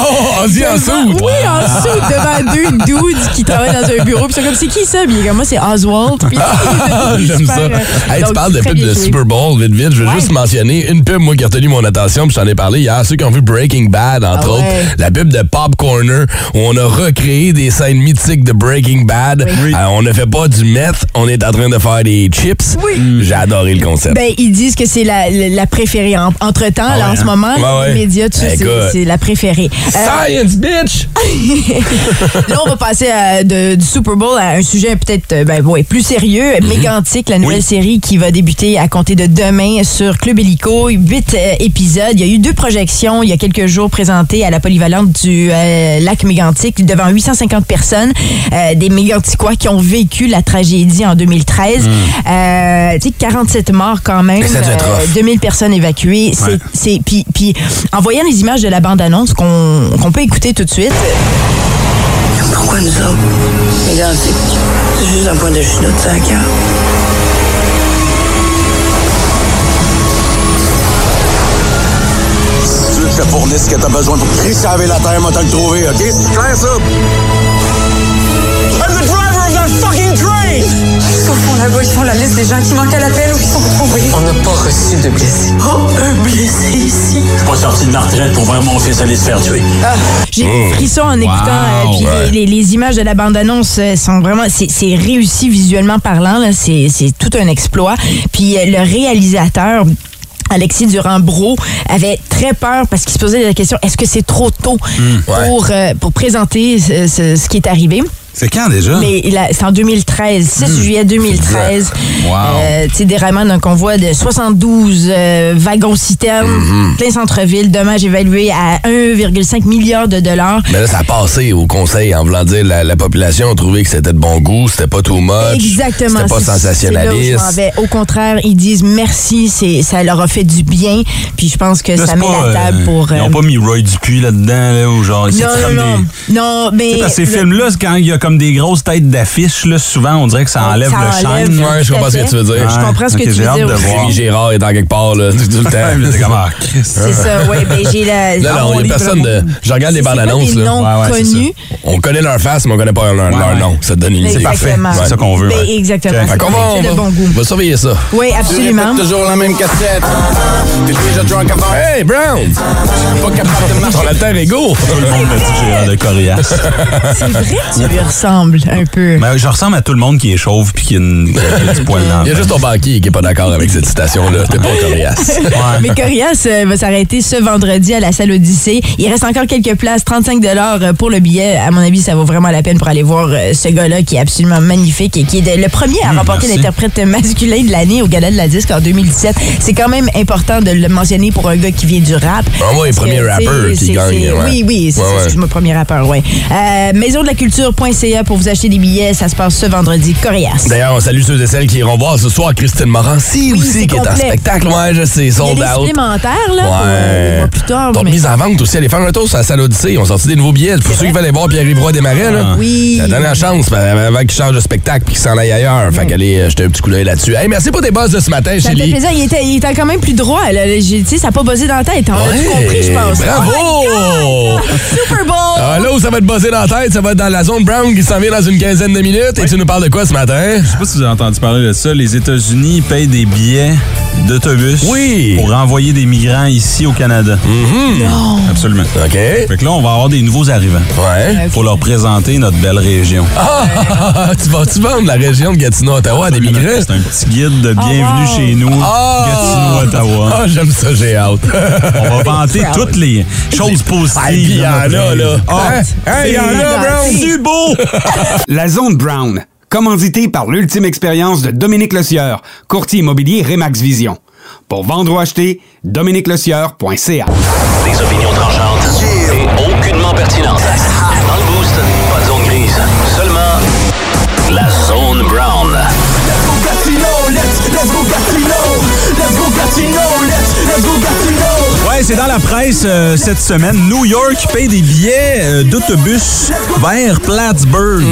E: Oh, Ozzy en
B: Devant-
E: soude!
B: Oui, en soude devant deux dudes qui travaillent dans un bureau. Puis c'est comme c'est qui ça? Puis il est comme, moi c'est Oswald. Puis-
E: Ah, J'aime
B: Super,
E: ça.
B: euh,
E: Hey, tu
B: donc,
E: parles de
B: très
E: pub
B: bien
E: de
B: joué.
E: Super Bowl, vite, vite. Je veux
B: Ouais.
E: juste mentionner une pub, moi, qui a retenu mon attention, puis j'en ai parlé hier. Ceux qui ont vu Breaking Bad, entre
B: Ah ouais.
E: autres, la pub de Pop Corner, où on a recréé des scènes mythiques de Breaking Bad. Euh, on ne fait pas du meth, on est en train de faire des chips. J'ai adoré le concept.
B: Ben, ils disent que c'est la, la, la préférée. En- Entre-temps, là, en ce moment,
E: Ah Ouais, ouais.
B: les médias, tu sais,
E: Écoute.
B: c'est- c'est la préférée. Euh,
E: Science, bitch!
B: Là, on va passer à- de- du Super Bowl à un sujet peut-être euh, ben, ouais, plus sérieux.
E: Mhm.
B: Mégantic, la nouvelle série qui va débuter à compter de demain sur Club Illico. Huit euh, épisodes. Il y a eu deux projections il y a quelques jours présentées à la polyvalente du euh, lac Mégantic devant 850 personnes, euh, des Méganticois qui ont vécu la tragédie en 2013. Euh, tu sais, 47 morts quand même.
E: Mhm. Ça doit être rough.
B: 2000 personnes évacuées. C'est- c'est- Puis, puis en voyant les images de la bande-annonce qu'on qu'on peut écouter tout de suite...
I: Pourquoi nous autres? Regarde, c'est c'est juste un point de hein. chute de 5 heures.
D: Tu veux que je te fournisse ce que t'as besoin pour crissaver la terre, moi, t'as le trouvé, OK? C'est clair, ça?
J: I'm the driver of that fucking train!
K: Au fond, là-bas, ils font la liste des gens qui manquent à l'appel ou qui sont retrouvés.
I: On n'a pas reçu de blessés. Oh, un blessé ici.
D: Je suis pas sorti de ma retraite pour voir mon fils aller se faire tuer.
B: J'ai des frissons en écoutant. euh, puis les, les- les images de la bande-annonce euh, sont vraiment. C'est c'est réussi visuellement parlant. là. C'est c'est tout un exploit. Puis euh, le réalisateur. Alexis Durand-Bro avait très peur parce qu'il se posait la question est-ce que c'est trop tôt pour, euh, pour présenter ce, ce- ce qui est arrivé
C: C'est quand déjà?
B: Mais il a- c'est en 2013, 6 juillet 2013.
C: Wow.
B: Euh, tu sais, déraillement d'un convoi de 72 euh, wagons citernes, plein centre-ville, dommages évalués à 1,5 milliard de dollars.
E: Mais là, ça a passé au conseil en voulant dire la, la population a trouvé que c'était de bon goût, c'était pas too much.
B: Exactement.
E: Ah, C'était pas
B: c'est- c'est là où je m'en
E: sensationnaliste.
B: vais. Au contraire, ils disent merci, c'est- ça leur a fait du bien. Puis je pense que
C: Là,
B: ça
C: c'est
B: met
C: pas,
B: la table
C: euh,
B: pour.
C: Ils
B: euh,
C: n'ont pas mis Roy Dupuis là-dedans, là, ou genre, ils s'est
B: non, non, non, non, mais.
C: Parce que ces
B: le-
C: films-là, c'est quand il y a comme des grosses têtes d'affiches, là, souvent, on dirait que ça enlève
B: ça
C: le
B: enlève,
C: shine.
B: tout
E: Ouais, je
B: à
E: comprends ce que
B: fait.
E: tu veux dire.
B: Je comprends ce
C: Ouais, ok,
B: que tu
C: j'ai
B: veux
C: hâte
B: dire.
C: de
B: aussi.
C: voir.
E: Rémi Gérard est en quelque part, là, tout le
C: Ouais, c'est
E: temps.
C: comme, ah, Christ.
B: C'est ça, oui. Ben, j'ai la.
E: Là,
B: dans
E: non,
B: mon
E: il y a
B: livre,
E: personne de. Je regarde les
B: C'est pas
E: bandes annonces,
B: des
E: là.
B: noms
C: Ouais, ouais, c'est
B: connus.
E: On connaît leur face, mais on connaît pas leur, leur
C: ouais.
E: nom. Ça te donne une idée.
B: Exactement.
C: C'est ça qu'on veut.
B: Ben,
C: ouais.
B: exactement.
C: Ok.
E: Fait qu'on va, on
B: C'est de
E: va,
B: bon goût.
E: on va surveiller ça.
B: Oui, absolument.
E: toujours la même cassette. Hey, Brown! Pas capable de marcher. On a le temps égaux.
C: Tout le monde me dit que j'ai l'air de coriace.
B: C'est vrai, que tu lui ressembles. ressemble un peu.
C: Mais je ressemble à tout le monde qui est chauve puis qui a une euh, qui a du poil dans
E: Il y a juste ton banquier qui est pas d'accord avec cette citation-là. T'es pas coriace.
B: Mais Corias euh, va s'arrêter ce vendredi à la salle Odyssée. Il reste encore quelques places, 35 euh, pour le billet. À mon avis, ça vaut vraiment la peine pour aller voir euh, ce gars-là qui est absolument magnifique et qui est de- le premier à
C: Mm,
B: remporter
C: merci.
B: l'interprète masculin de l'année au Gala de la Disque en 2017. C'est quand même important de le mentionner pour un gars qui vient du rap.
E: Ah ouais,
B: Parce
E: premier
B: que, tu sais,
E: rappeur qui
B: c'est-
E: gagne,
B: c'est-
E: ouais.
B: Oui, oui, c'est
E: Ouais,
B: ça,
E: ouais.
B: excuse-moi, premier rappeur, ouais. Euh, maisondelaculture.ca pour vous acheter des billets. Ça se passe ce vendredi. Corias.
E: D'ailleurs, on salue ceux et celles qui iront voir ce soir Christine Morancy
B: Oui,
E: aussi,
B: c'est
E: qui est en
B: complet.
E: spectacle. Ouais, je sais,
B: Il y a
E: sold
B: des
E: out.
B: supplémentaires, là, pour, euh, les
E: Ouais.
B: mois plus tard.
E: Donc,
B: mais-
E: mise en vente aussi. Allez faire un tour sur la salle Odyssée. Ils ont sorti des nouveaux billets. Pour ceux qui veulent aller voir Pierre-Yves Roy démarrer, là.
B: Oui.
E: C'est La dernière chance ben, avant qu'il change de spectacle puis qu'il s'en aille ailleurs. Fait qu'allez euh, jeter un petit coup d'œil là-dessus. Hey, merci pour tes bosses de ce matin,
B: Ça me fait
E: Chélie.
B: plaisir. Il était, il était quand même plus droit. là. J'ai- Tu sais, ça n'a pas buzzé dans la tête. On a tout compris, je pense. Ah, Oh
E: Bravo!
B: Super Bowl!
E: Ah, là où ça va te buzzer dans la tête, ça va être dans la zone brown qui s'en vient dans une quinzaine de minutes. Et tu nous parles de quoi ce matin?
C: Je sais pas si vous avez entendu parler de ça. Les États-Unis payent des billets d'autobus
E: Oui.
C: pour envoyer des migrants ici au Canada. Mm-hmm. Absolument.
E: OK.
C: Fait que là, on va avoir des nouveaux arrivants.
B: Euh,
E: Ouais.
C: Pour leur présenter notre belle région.
E: Ah, tu vas-tu vendre la région de Gatineau-Ottawa à des migrants?
C: C'est un petit guide de bienvenue
B: wow.
C: chez nous,
E: Ah!
C: Gatineau, Ottawa.
E: Ah, j'aime ça, j'ai hâte.
C: On va vanter
B: proud.
C: toutes les choses
E: Ah, il
C: positives.
E: y
C: de
E: en a,
C: notre
E: là.
C: région. Ah,
E: Hein? Hein, il y en a, Brown.
C: c'est beau!
L: La Zone Brown, commandité par l'ultime expérience de Dominique Lecieur, courtier immobilier Remax Vision. Pour vendre ou acheter, dominiquelecieur.ca.
D: Des opinions tranchantes et aucunement pertinentes. Dans le boost, pas de zone grise. Seulement la zone brown.
C: Ouais, c'est dans la presse euh, cette semaine. New York paye des billets euh, d'autobus vers Plattsburgh,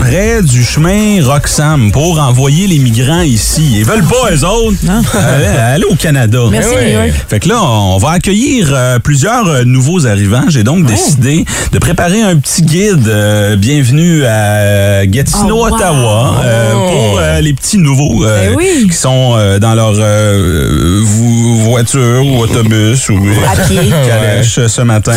C: près du chemin Roxham, pour envoyer les migrants ici. Ils veulent pas, eux autres, aller, aller au Canada.
B: Ah. Merci,
C: Eh
B: New York.
C: Fait que là, on va accueillir euh, plusieurs euh, nouveaux arrivants. J'ai donc
B: Oh.
C: décidé de préparer un petit guide. euh, bienvenue à euh, Gatineau,
B: Oh, wow.
C: Ottawa, euh,
E: Oh.
C: pour euh, les petits nouveaux euh,
B: Ben oui.
C: qui sont euh, dans leur euh, vo- voiture ou autobus ou
B: À pied.
C: calèche ce matin.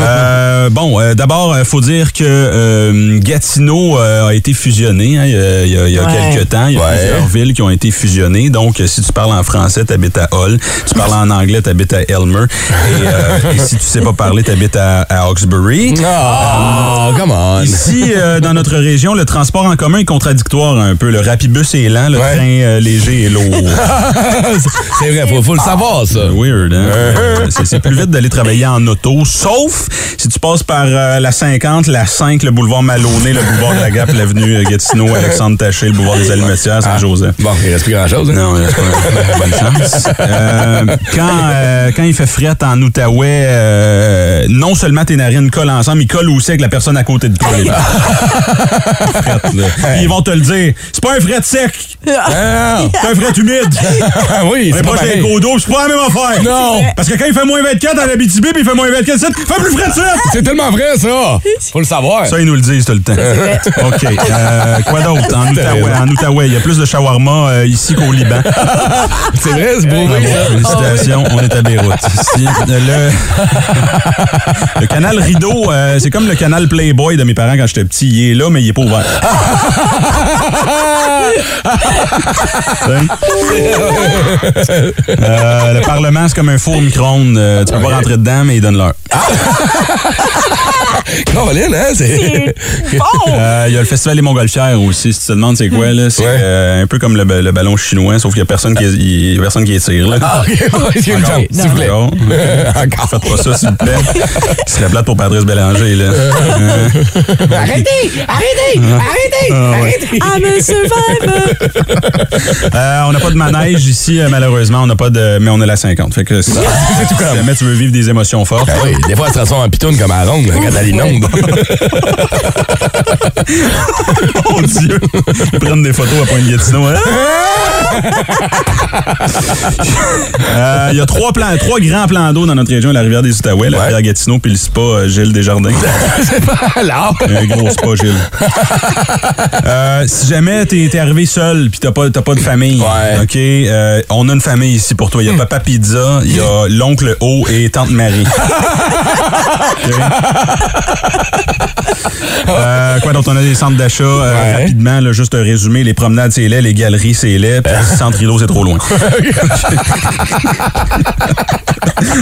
C: Euh, bon, euh, d'abord, il faut dire que euh, Gatineau euh, a été fusionné hein, il y a, il y a- il y a
B: Ouais.
C: quelques temps. Il y a
E: Ouais.
C: plusieurs villes qui ont été fusionnées. Donc, euh, si tu parles en français, t'habites à Hull. Tu parles en anglais, t'habites à Elmer. Et, euh, et si tu sais pas parler, t'habites à, à Hawkesbury.
E: Ah, come on.
C: Ici, euh, dans notre région, le transport en commun est contradictoire un peu. Le rapibus est lent, le
E: Ouais.
C: train euh, léger est lourd.
E: C'est vrai, faut, faut le savoir, ça.
C: Weird, hein? Euh, c'est- C'est plus vite d'aller travailler en auto, sauf si tu passes par euh, la 50, la 5, le boulevard Maloney, le boulevard de la Gap, l'avenue euh, Gatineau, Alexandre Taché, le boulevard des
E: Ah.
C: Almetières, Saint-Joseph.
E: Bon, il reste plus grand-chose. hein?
C: Non, c'est pas bonne chance. Euh, quand, euh, quand il fait fret en Outaouais, euh, non seulement tes narines collent ensemble, ils collent aussi avec la personne à côté de toi. les Frette, là. Puis Ils vont te le dire. C'est pas un fret sec,
E: Ah,
C: c'est un fret humide.
E: ah, oui,
C: On
E: c'est
C: est
E: pas
C: pas chez
E: pareil.
C: Codo, c'est pas la même affaire.
E: Non.
C: Parce que quand il fait moins 24 à l'Abitibi, puis il fait moins 24 7, il fait plus frais de ça.
E: C'est tellement vrai, ça. Faut le savoir.
C: Ça, ils nous le disent tout le temps. OK. Euh, quoi d'autre? En Outaouais, en Outaouais, il y a plus de shawarma euh, ici qu'au Liban.
E: C'est vrai, c'est beau.
C: Bravo, Ah Félicitations, on est à Beyrouth. Si, euh, le, le canal Rideau, euh, c'est comme le canal Playboy de mes parents quand j'étais petit. Il est là, mais il est pas ouvert. Euh, le Parlement, c'est comme un four au micro-ondes. Euh, tu peux pas rentrer dedans, mais ils donnent l'heure.
E: Caroline, Ah! hein? C'est.
C: Euh, Il y a le Festival des Montgolfières aussi. Si tu te demandes c'est quoi, là, c'est
E: Ouais.
C: euh, un peu comme le, ba- le ballon chinois, sauf qu'il y a personne qui, il y a personne qui étire. Là.
E: Ah, ok, ouais, c'est une chance, s'il vous plaît.
C: Encore.
E: Encore.
C: Faites pas ça, s'il vous plaît. Ce serait plate pour Patrice Bélanger, là. Euh,
J: Arrêtez! Arrêtez!
E: Ah,
J: Arrêtez! Arrêtez!
B: I'm a survivor!
C: euh, on n'a pas de manège ici, euh, malheureusement. On n'a pas de. Mais on a la 50. Fait que si, si jamais tu veux vivre des émotions fortes.
E: Ben oui, des fois, elle se transforme en pitoune comme à ronde quand elle inonde.
C: Mon Dieu! Ils prennent des photos à Pointe Gatineau. hein? Euh, Il y a trois, plans, trois grands plans d'eau dans notre région, la rivière des Outaouais, la
E: Ouais.
C: rivière Gatineau, puis le spa euh, Gilles Desjardins.
E: c'est pas Ah, là.
C: Un gros spa, Gilles. Euh, si jamais t'es t'es arrivé seul puis t'as pas, t'as pas de famille,
E: Ouais.
C: OK, euh, on a une famille ici pour toi. Il y a Papa Pizza, il y a l'oncle O et Tante Marie. OK? Euh, euh, quoi dont on a des centres d'achat euh, rapidement, là, juste un résumé. Les promenades, c'est laid, les galeries, c'est laid, puis le centre îlot, c'est trop loin.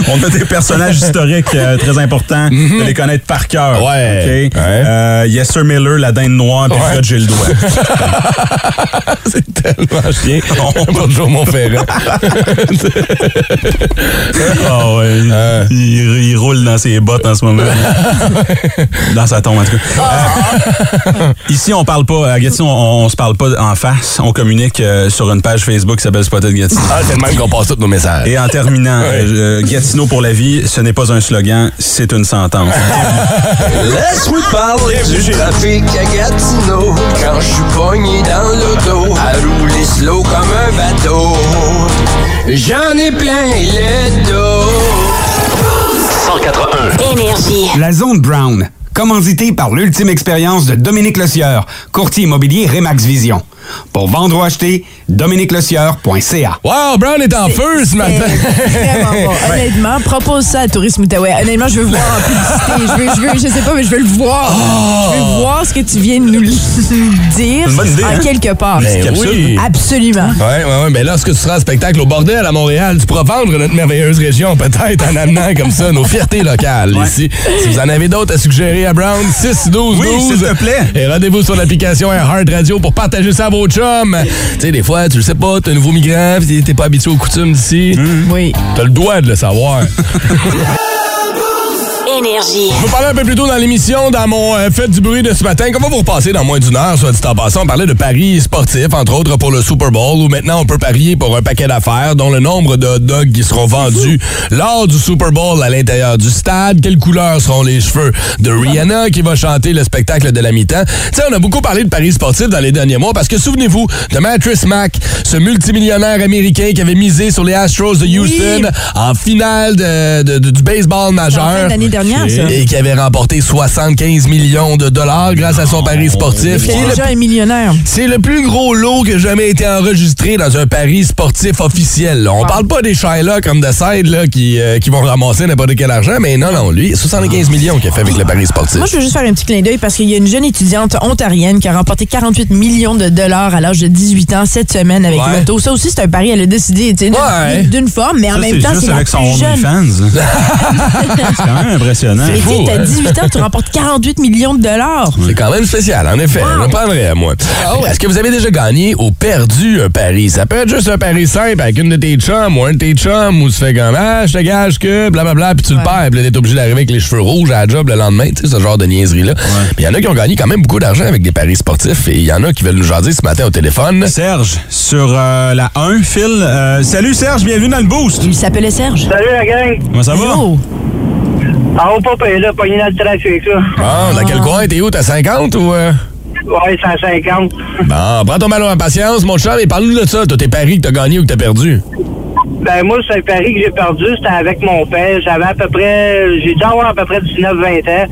C: on a des personnages historiques euh, très importants, de les connaître par cœur. Ouais. Yesser Euh, Miller, la dinde noire, puis Fred Gildois.
E: c'est tellement chien. On va toujours mon ferrant.
C: Ah ouais. Il, il roule dans ses bottes en ce moment. dans sa tombe, en tout cas. Euh, ici, on parle pas, à Gatineau, on, on se parle pas en face. On communique euh, sur une page Facebook qui s'appelle Spotted Gatineau.
E: Ah, c'est le même qu'on passe tous nos messages.
C: Et en terminant, euh, Gatineau pour la vie, ce n'est pas un slogan, c'est une sentence.
M: Laisse-moi te parler du trafic à Gatineau Quand je suis pogné dans l'auto À rouler slow comme un bateau J'en ai plein le dos 181 Énergie
L: La zone Brown, commanditée par l'ultime expérience de Dominique Lecieur, courtier immobilier Remax Vision. Pour vendre ou acheter, dominiquelecieur.ca.
E: Wow, Brown est en feu ce matin.
B: Eh, Vraiment bon. Honnêtement, propose ça à Tourisme Outaouais. Honnêtement, je veux voir en publicité. Je veux, je veux, je sais pas, mais je veux le voir. Je veux voir ce que tu viens de nous le dire
E: C'est Ah! une bonne idée,
B: en
E: hein?
B: quelque part.
E: Ben oui.
B: Absolument.
E: Ouais, ouais, ouais. Mais lorsque tu seras en spectacle au bordel à Montréal, tu pourras vendre notre merveilleuse région, peut-être en amenant comme ça nos fiertés locales ici. Si vous en avez d'autres à suggérer à Brown, 6 12
C: Oui,
E: 12.
C: s'il te plaît.
E: Et rendez-vous sur l'application Airheart Radio pour partager ça à vos chums. Tu sais, des fois, tu le sais pas, t'es un nouveau migrant, pis t'es pas habitué aux coutumes d'ici.
C: Mm-hmm.
B: Oui.
E: T'as le droit de le savoir.
N: Énergie.
E: Je vous parlais un peu plus tôt dans l'émission, dans mon euh, Faites du bruit de ce matin. Comment vous repasser dans moins d'une heure, soit dit en passant? On parlait de paris sportifs, entre autres pour le Super Bowl, où maintenant on peut parier pour un paquet d'affaires, dont le nombre de hot dogs qui seront vendus lors du Super Bowl à l'intérieur du stade, quelle couleur seront les cheveux de Rihanna qui va chanter le spectacle de la mi-temps. Tu sais, on a beaucoup parlé de paris sportifs dans les derniers mois, parce que souvenez-vous de Mattress Mack, ce multimillionnaire américain qui avait misé sur les Astros de Houston en finale de- de- de- du baseball majeur.
B: En fin d'année dernière, ça.
E: Et qui avait remporté 75 millions de dollars grâce à son pari sportif. qui
B: C'est
E: est le-
B: déjà un millionnaire.
E: C'est le plus gros lot qui a jamais été enregistré dans un pari sportif officiel. là. On parle pas des Shylock comme de Side là, qui, euh, qui vont ramasser n'importe quel argent, mais non, non, lui, 75 millions qu'il a fait avec le pari sportif.
B: Ah. Moi, je veux juste faire un petit clin d'œil parce qu'il y a une jeune étudiante ontarienne qui a remporté 48 millions de dollars à l'âge de 18 ans cette semaine avec
E: Ouais.
B: l'auto. Ça aussi, c'est un pari. Elle a décidé tu sais,
E: Ouais.
B: d'une- d'une forme, mais en
C: Ça,
B: même temps, c'est
C: juste
B: la
C: avec
B: plus
C: son
B: jeune.
C: OnlyFans. C'est quand même impressionnant.
B: Mais tu
E: fou,
B: sais, t'as
E: hein?
B: 18 ans, tu remportes 48 millions de dollars.
E: C'est quand même spécial, en effet. Je le prendrais, moi. Est-ce que vous avez déjà gagné ou perdu un pari? Ça peut être juste un pari simple avec une de tes chums ou un de tes chums où tu fais comme Ah, je te gage que blablabla, puis tu le perds, puis là, t'es obligé d'arriver avec les cheveux rouges à la job le lendemain, tu sais, ce genre de niaiserie-là. Mais il y en a qui ont gagné quand même beaucoup d'argent avec des paris sportifs et il y en a qui veulent nous jaser ce matin au téléphone.
C: Serge, sur euh, la 1, Phil. euh, salut Serge, bienvenue dans le boost.
B: Il s'appelait Serge.
O: Salut Oh. la gang!
C: Comment ça va?
B: Yo.
O: En haut, papa est là, pogné dans le trafic, là.
E: Bon, Ah,
O: Ah.
E: dans quel coin? T'es où? T'as 50 ou. euh?
O: Ouais, 150.
E: Bon, prends ton ballon en Ah, patience, mon chum, et parle-nous de ça, de tes paris que t'as gagné ou que t'as perdu.
O: Ben, moi, c'est un pari que j'ai perdu, c'était avec mon père. J'avais à peu près, j'ai dû avoir à peu près 19-20 ans.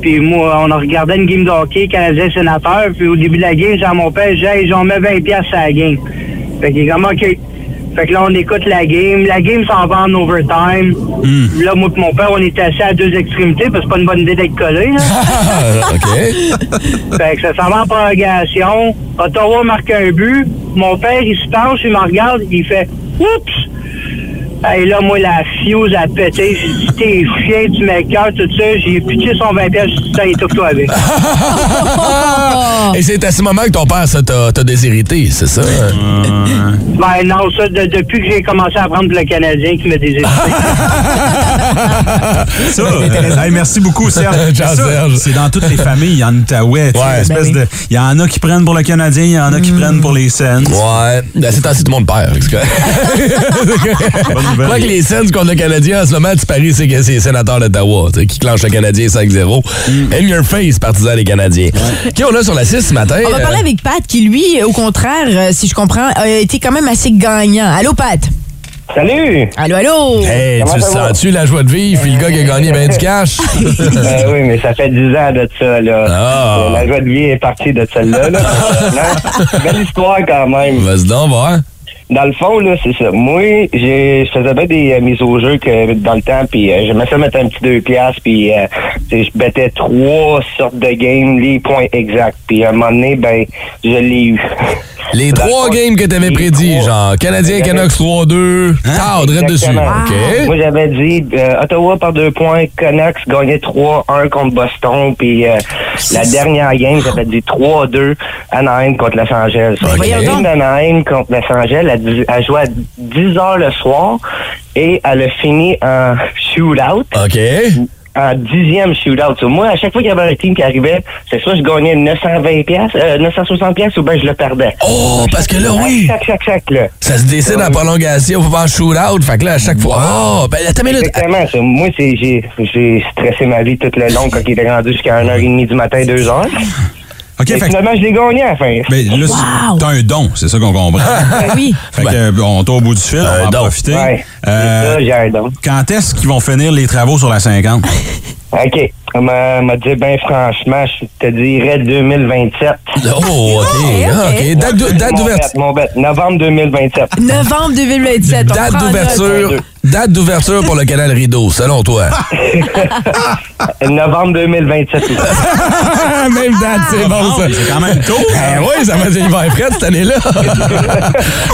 O: Puis moi, on a regardé une game de hockey canadien-sénateur. Puis au début de la game, j'ai à mon père, j'ai hey, j'en mets 20 piastres à la game. Fait qu'il est comme, OK. Fait que là, on écoute la game. La game s'en va en overtime. Là, moi et mon père, on était assis à deux extrémités, parce que c'est pas une bonne idée d'être collés, là.
E: Ah, OK.
O: Fait Ben, que ça s'en va en prolongation. Ottawa marque un but. Mon père, il se penche, il me regarde, il fait Oups! Et là, moi, la fuse a pété. J'ai dit, t'es chien, tu m'écœures, tout ça. J'ai pitché son 20 pièces, j'ai dit, tiens, étouffe-toi avec.
E: Et c'est à ce moment que ton père ça, t'a t'a déshérité, c'est ça?
O: ben non, ça, de- depuis que j'ai commencé à prendre le Canadien qui me désisté.
C: Ça, euh, hey, merci beaucoup, Serge.
E: Ciao,
C: Ça,
E: Serge.
C: C'est dans toutes les familles en Outaouais. tu sais,
E: Ouais.
C: l'espèce
O: Ben
C: de- Il y en a qui prennent pour le Canadien, il y en a qui
O: Hmm.
C: prennent pour les Sens.
E: Ouais, ben, c'est ainsi tout le monde perd. c'est correct.
C: Bonne nouvelle.
E: Quoi que les Sens contre le Canadien en ce moment, tu paries c'est que c'est les sénateurs d'Ottawa tu sais, qui clenchent le Canadien 5-0. And your face, partisan des Canadiens. OK, on a sur la 6 ce matin.
B: On va
E: euh,
B: parler avec Pat qui, lui, au contraire, euh, si je comprends, a été quand même assez gagnant. Allô, Pat?
O: Salut!
B: Allô, allô?
E: Hey,
O: Comment
E: tu
O: ça va?
E: sens-tu la joie de vivre? Puis le gars qui a gagné ben du cash.
O: Ben oui, mais ça fait 10 ans de ça, là.
E: Ah.
O: La joie de vie est partie de celle-là, là. Belle histoire, quand même.
E: Vas-y donc, voir.
O: Dans le fond, là, c'est ça. Moi, j'ai- je faisais bien des euh, mises au jeu que, dans le temps, puis euh, j'aimais ça mettre un petit deux piastres, puis euh, tu sais, je battais trois sortes de games, les points exacts. Puis à un moment donné, ben, je l'ai eu.
E: Les trois games que t'avais prédits, genre Canadien, Canucks Hein? 3-2, tard, direct dessus.
O: Exactement.
E: OK.
O: Moi, j'avais dit euh, Ottawa par deux points, Canucks gagnait 3-1 contre Boston, puis euh, la dernière game, j'avais dit 3-2 Anaheim contre Los Angeles. La game d'Anaheim contre Los Angeles, elle, dix- elle jouait à 10 heures le soir et elle a fini en shootout.
E: OK.
O: En dixième shootout. So, moi, à chaque fois qu'il y avait un team qui arrivait, c'est soit je gagnais 920 piastres, euh, 960 piastres, ou bien je le perdais.
E: Oh, parce que là, oui.
O: Chac, chac, chac, là.
E: Ça se décide en prolongation, faut faire un shootout. Fait que là, à chaque fois. Oh, ben attends une minute.
O: Exactement. ça. Moi, c'est- j'ai j'ai stressé ma vie tout le long quand il était rendu jusqu'à 1h30 du matin, 2h.
C: OK,
O: Et finalement, je l'ai gagné à la fin.
C: Ben, là, c'est- t'as un don, c'est ça qu'on comprend.
O: oui.
C: Fait que,
E: Ben.
C: euh, on est au bout du fil, on va en profiter. Euh, Quand est-ce qu'ils vont finir les travaux sur la 50?
O: OK. On m'a m'a dit, ben franchement, je te dirais 2027.
E: Oh, OK. Ah, OK. Date d'ou- date d'ouverture.
O: Mon bête, novembre 2027.
B: Novembre 2027. on
E: Date
B: prend
E: d'ouverture.
B: note.
E: Date d'ouverture pour le canal Rideau, selon toi.
O: novembre 2027.
E: Ah, Même date, c'est
P: Ah,
E: bon ça. C'est quand même tôt. oui, ça va être l'hiver frais cette année-là.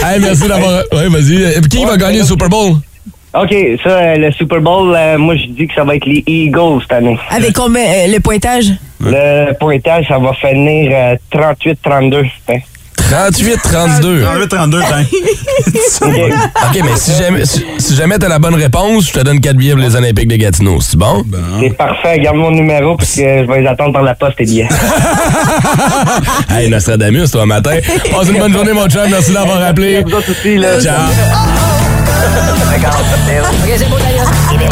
E: Hey, merci d'avoir. Oui, vas-y. Euh, Qui va gagner le Super Bowl?
O: OK, ça, euh, le Super Bowl, euh, moi, je dis que ça va être les Eagles cette année.
B: Avec combien euh, le pointage?
O: Le pointage, ça va finir euh, 38-32. hein.
E: 38-32.
P: Ah.
C: 38-32,
E: OK, mais si jamais, si, si jamais t'as la bonne réponse, je te donne 4 billets pour les Olympiques de Gatineau. C'est bon?
O: C'est parfait, garde mon numéro parce que je vais les attendre par la poste et bien.
E: Hey, Nostradamus, toi, matin. Passe une bonne journée, mon chum. Merci d'avoir appelé. Ciao.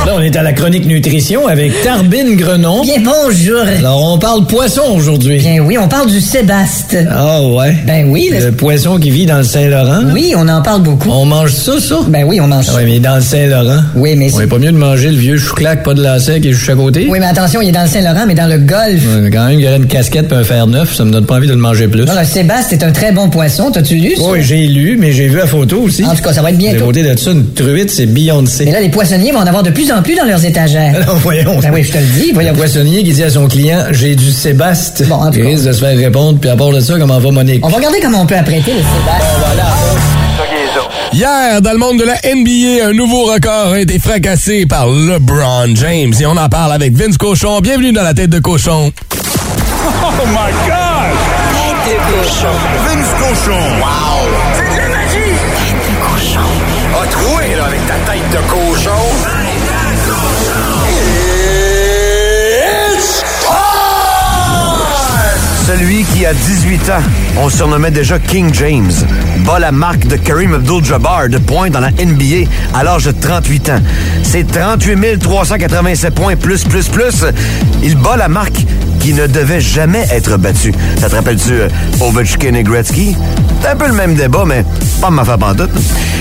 P: Là, on est à la chronique nutrition avec Tarbine Grenon.
Q: Bien bonjour.
P: Alors, on parle poisson aujourd'hui.
Q: Bien oui, on parle du Sébaste.
P: Ah ouais?
Q: Ben oui.
P: Le poisson qui vit dans le Saint-Laurent. là.
Q: Oui, on en parle beaucoup.
P: On mange ça, ça?
Q: Ben oui, on mange
P: Ah
Q: ça.
P: ouais, mais dans le Saint-Laurent.
Q: Oui, mais
P: On est pas mieux de manger le vieux chou-clac, pas de lacet qui est juste à côté?
Q: Oui, mais attention, il est dans le Saint-Laurent, mais dans le Golfe.
P: Ouais, mais quand même, il y aurait une casquette et un fer neuf, ça me donne pas envie de le manger plus.
Q: Non, le Sébaste est un très bon poisson. T'as-tu lu ça?
P: Oui, j'ai lu, mais j'ai vu la photo aussi.
Q: En tout cas, ça va être
P: À
Q: bientôt.
P: côté de ça, une truite, c'est Beyoncé.
Q: Mais là, les poissonniers vont en avoir de plus en plus dans leurs
E: Ah
Q: étagères.
P: Alors, voyons.
Q: Ben oui, je te le dis.
P: Le
Q: Voyons.
P: poissonnier qui dit à son client J'ai du Sébaste. Bon, en tout risque de se faire répondre, puis à part de ça, comment va Monique
Q: On va regarder comment on peut apprêter le Sébaste.
E: Hier, dans le monde de la NBA, un nouveau record a été fracassé par LeBron James. Et on en parle avec Vince Cochon. Bienvenue dans la tête de cochon.
J: Oh my god! Tête de cochon. Vince cochon. Wow! C'est de la magie! Tête de cochon. A troué, là, avec ta tête de cochon. It's
R: Celui qui a 18 ans, on le surnommait déjà King James, bat la marque de Kareem Abdul-Jabbar de points dans la NBA à l'âge de 38 ans. C'est 38 387 points plus, plus, plus. Il bat la marque qui ne devait jamais être battue. Ça te rappelle-tu euh, Ovechkin et Gretzky? C'est un peu le même débat, mais pas ma femme en doute.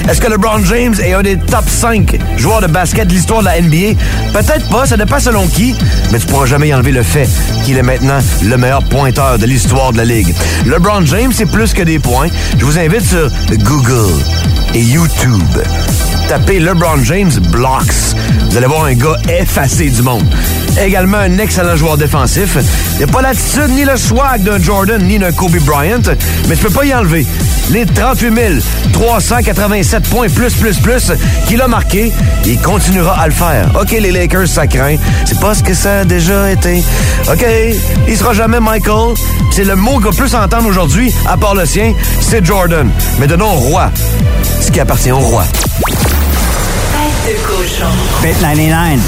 R: Est-ce que LeBron James est un des top 5 joueurs de basket de l'histoire de la NBA? Peut-être pas, ça dépend selon qui, mais tu pourras jamais y enlever le fait qu'il est maintenant le meilleur pointeur de l'histoire de la Ligue. LeBron James, c'est plus que des points. Je vous invite sur Google et YouTube. Tapez LeBron James Blocks. Vous allez voir un gars effacé du monde. Également un excellent joueur défensif. Il n'a pas l'attitude ni le swag d'un Jordan ni d'un Kobe Bryant, mais tu peux pas y enlever les 38 387 points plus plus plus qu'il a marqué. Il continuera à le faire. OK, les Lakers, ça craint. C'est pas ce que ça a déjà été. OK, il sera jamais Michael. C'est le mot qu'on peut plus entendre aujourd'hui, à part le sien, c'est Jordan. Mais donnons au roi ce qui appartient au roi.
I: Tête de cochon.
S: Bet 99.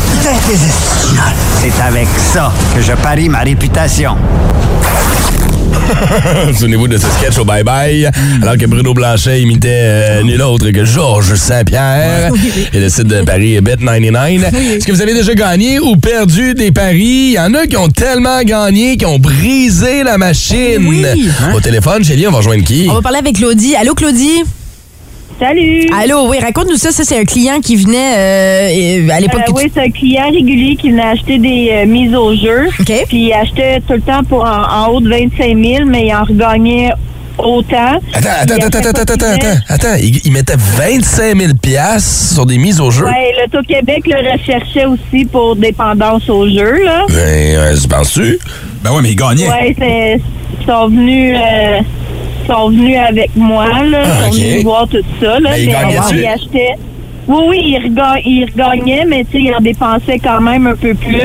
S: C'est avec ça que je parie ma réputation.
E: Souvenez-vous de ce sketch au Bye Bye, alors que Bruno Blanchet imitait euh, nul autre que Georges Saint-Pierre et le site de Paris est Bet99. Est-ce que vous avez déjà gagné ou perdu des paris? Il y en a qui ont tellement gagné qu'ils ont brisé la machine. Au téléphone, Chélie, on va rejoindre qui?
B: On va parler avec Claudie. Allô, Claudie? Salut! Allô, oui, raconte-nous ça. Ça, c'est un client qui venait euh, euh, à l'époque.
T: Euh,
B: que tu-
T: oui, c'est un client régulier qui venait acheter des euh, mises au jeu. Puis il achetait tout le temps pour en, en haut de 25 000, mais il en regagnait
O: autant.
C: Attends, attends,
O: Puis à
C: attends,
O: chaque
C: attends,
O: fois
C: attends,
O: qu'il venait-
C: attends, attends. Ils il mettaient 25 000 piastres sur des mises au jeu.
O: Ouais, l'Auto-Québec le recherchait aussi pour dépendance au jeu, là.
C: Ben, euh, tu penses-tu?
U: Ben ouais, mais ils gagnaient.
O: Ouais, c'est- ils sont venus, euh, ils sont venus avec moi, là.
U: Ah,
O: ils sont
U: ok.
O: venus voir tout ça, là.
U: Mais ils
O: Mais,
U: gagnaient-tu?
O: ils achetaient. Oui, oui, ils, rega- ils regagnaient, mais tu sais, ils en dépensaient quand même un peu plus.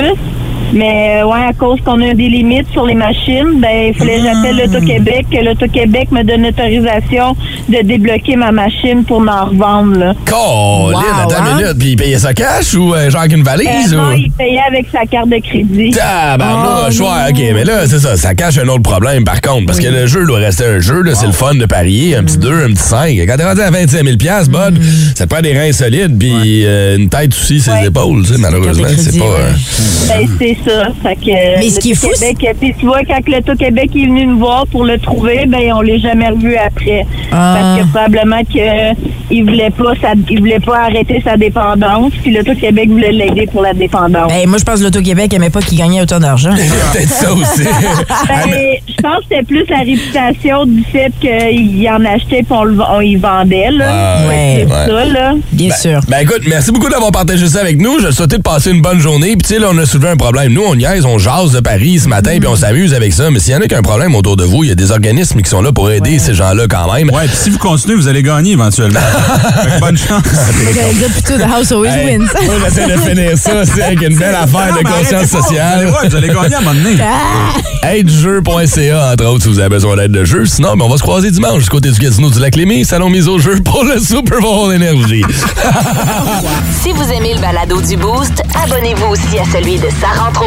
O: Mais euh, ouais, à cause qu'on a des limites sur les machines, ben il fallait que
B: Hmm.
O: j'appelle l'Auto-Québec, que l'Auto-Québec me donne l'autorisation de débloquer ma machine pour m'en revendre, là.
C: Oh, Lynn, attends une minute. Puis il payait ça cash ou euh, genre avec une valise?
O: Euh,
C: ou...
O: non, il payait avec sa carte de crédit.
C: Ah, ben moi, je vois, ok, mais là, c'est ça, ça cache un autre problème par contre, parce que le jeu doit rester un jeu, là, c'est le fun de parier, un petit 2, un petit 5. Quand t'es rendu à 25 000 bud, ça te prend des reins solides, puis euh, une tête aussi, ses épaules, tu sais, malheureusement, c'est pas... euh,
O: Ben, c'est ça. Fait que,
B: Mais ce qui est fou,
O: Québec, puis tu vois, quand l'Auto-Québec est venu nous voir pour le trouver, ben, on l'a jamais revu après.
B: Ah.
O: Parce que probablement qu'il voulait pas, sa- il voulait pas arrêter sa dépendance, puis l'Auto-Québec voulait l'aider pour la dépendance.
B: Ben, moi, je pense que l'Auto-Québec aimait pas qu'il gagnait autant d'argent.
C: Peut-être ça aussi.
E: Ah,
O: Ben, je pense que c'était plus la réputation du fait qu'il en achetait puis on, le- on y vendait, là.
C: Ah,
O: C'est
C: ouais.
O: ça, là.
C: ben, Ben écoute, merci beaucoup d'avoir partagé ça avec nous. Je te souhaitais de passer une bonne journée. Puis tu sais, là, on a soulevé un problème. Nous, on niaise, on jase de Paris ce matin, puis on s'amuse avec ça. Mais s'il y en a qui ont un problème autour de vous, il y a des organismes qui sont là pour aider ces gens-là quand même. Ouais, puis si vous continuez, vous allez gagner éventuellement. bonne chance.
B: Ben, Plutôt, the house always
C: Hey,
B: wins.
C: moi, j'essaie de finir ça, c'est avec une belle affaire
B: Non,
C: de
B: mais
C: conscience
B: arrêtez pas,
C: sociale.
B: vous allez voir, vous allez gagner à un moment donné.
C: Aidejeu.ca, entre autres, si vous avez besoin d'aide de jeu. Sinon, ben, on va se croiser dimanche du côté du Casino du Lac-Lémy, salon mise au jeu pour le Super Bowl Énergie.
M: Si vous aimez le balado du Boost, abonnez-vous aussi à celui de Sa rentre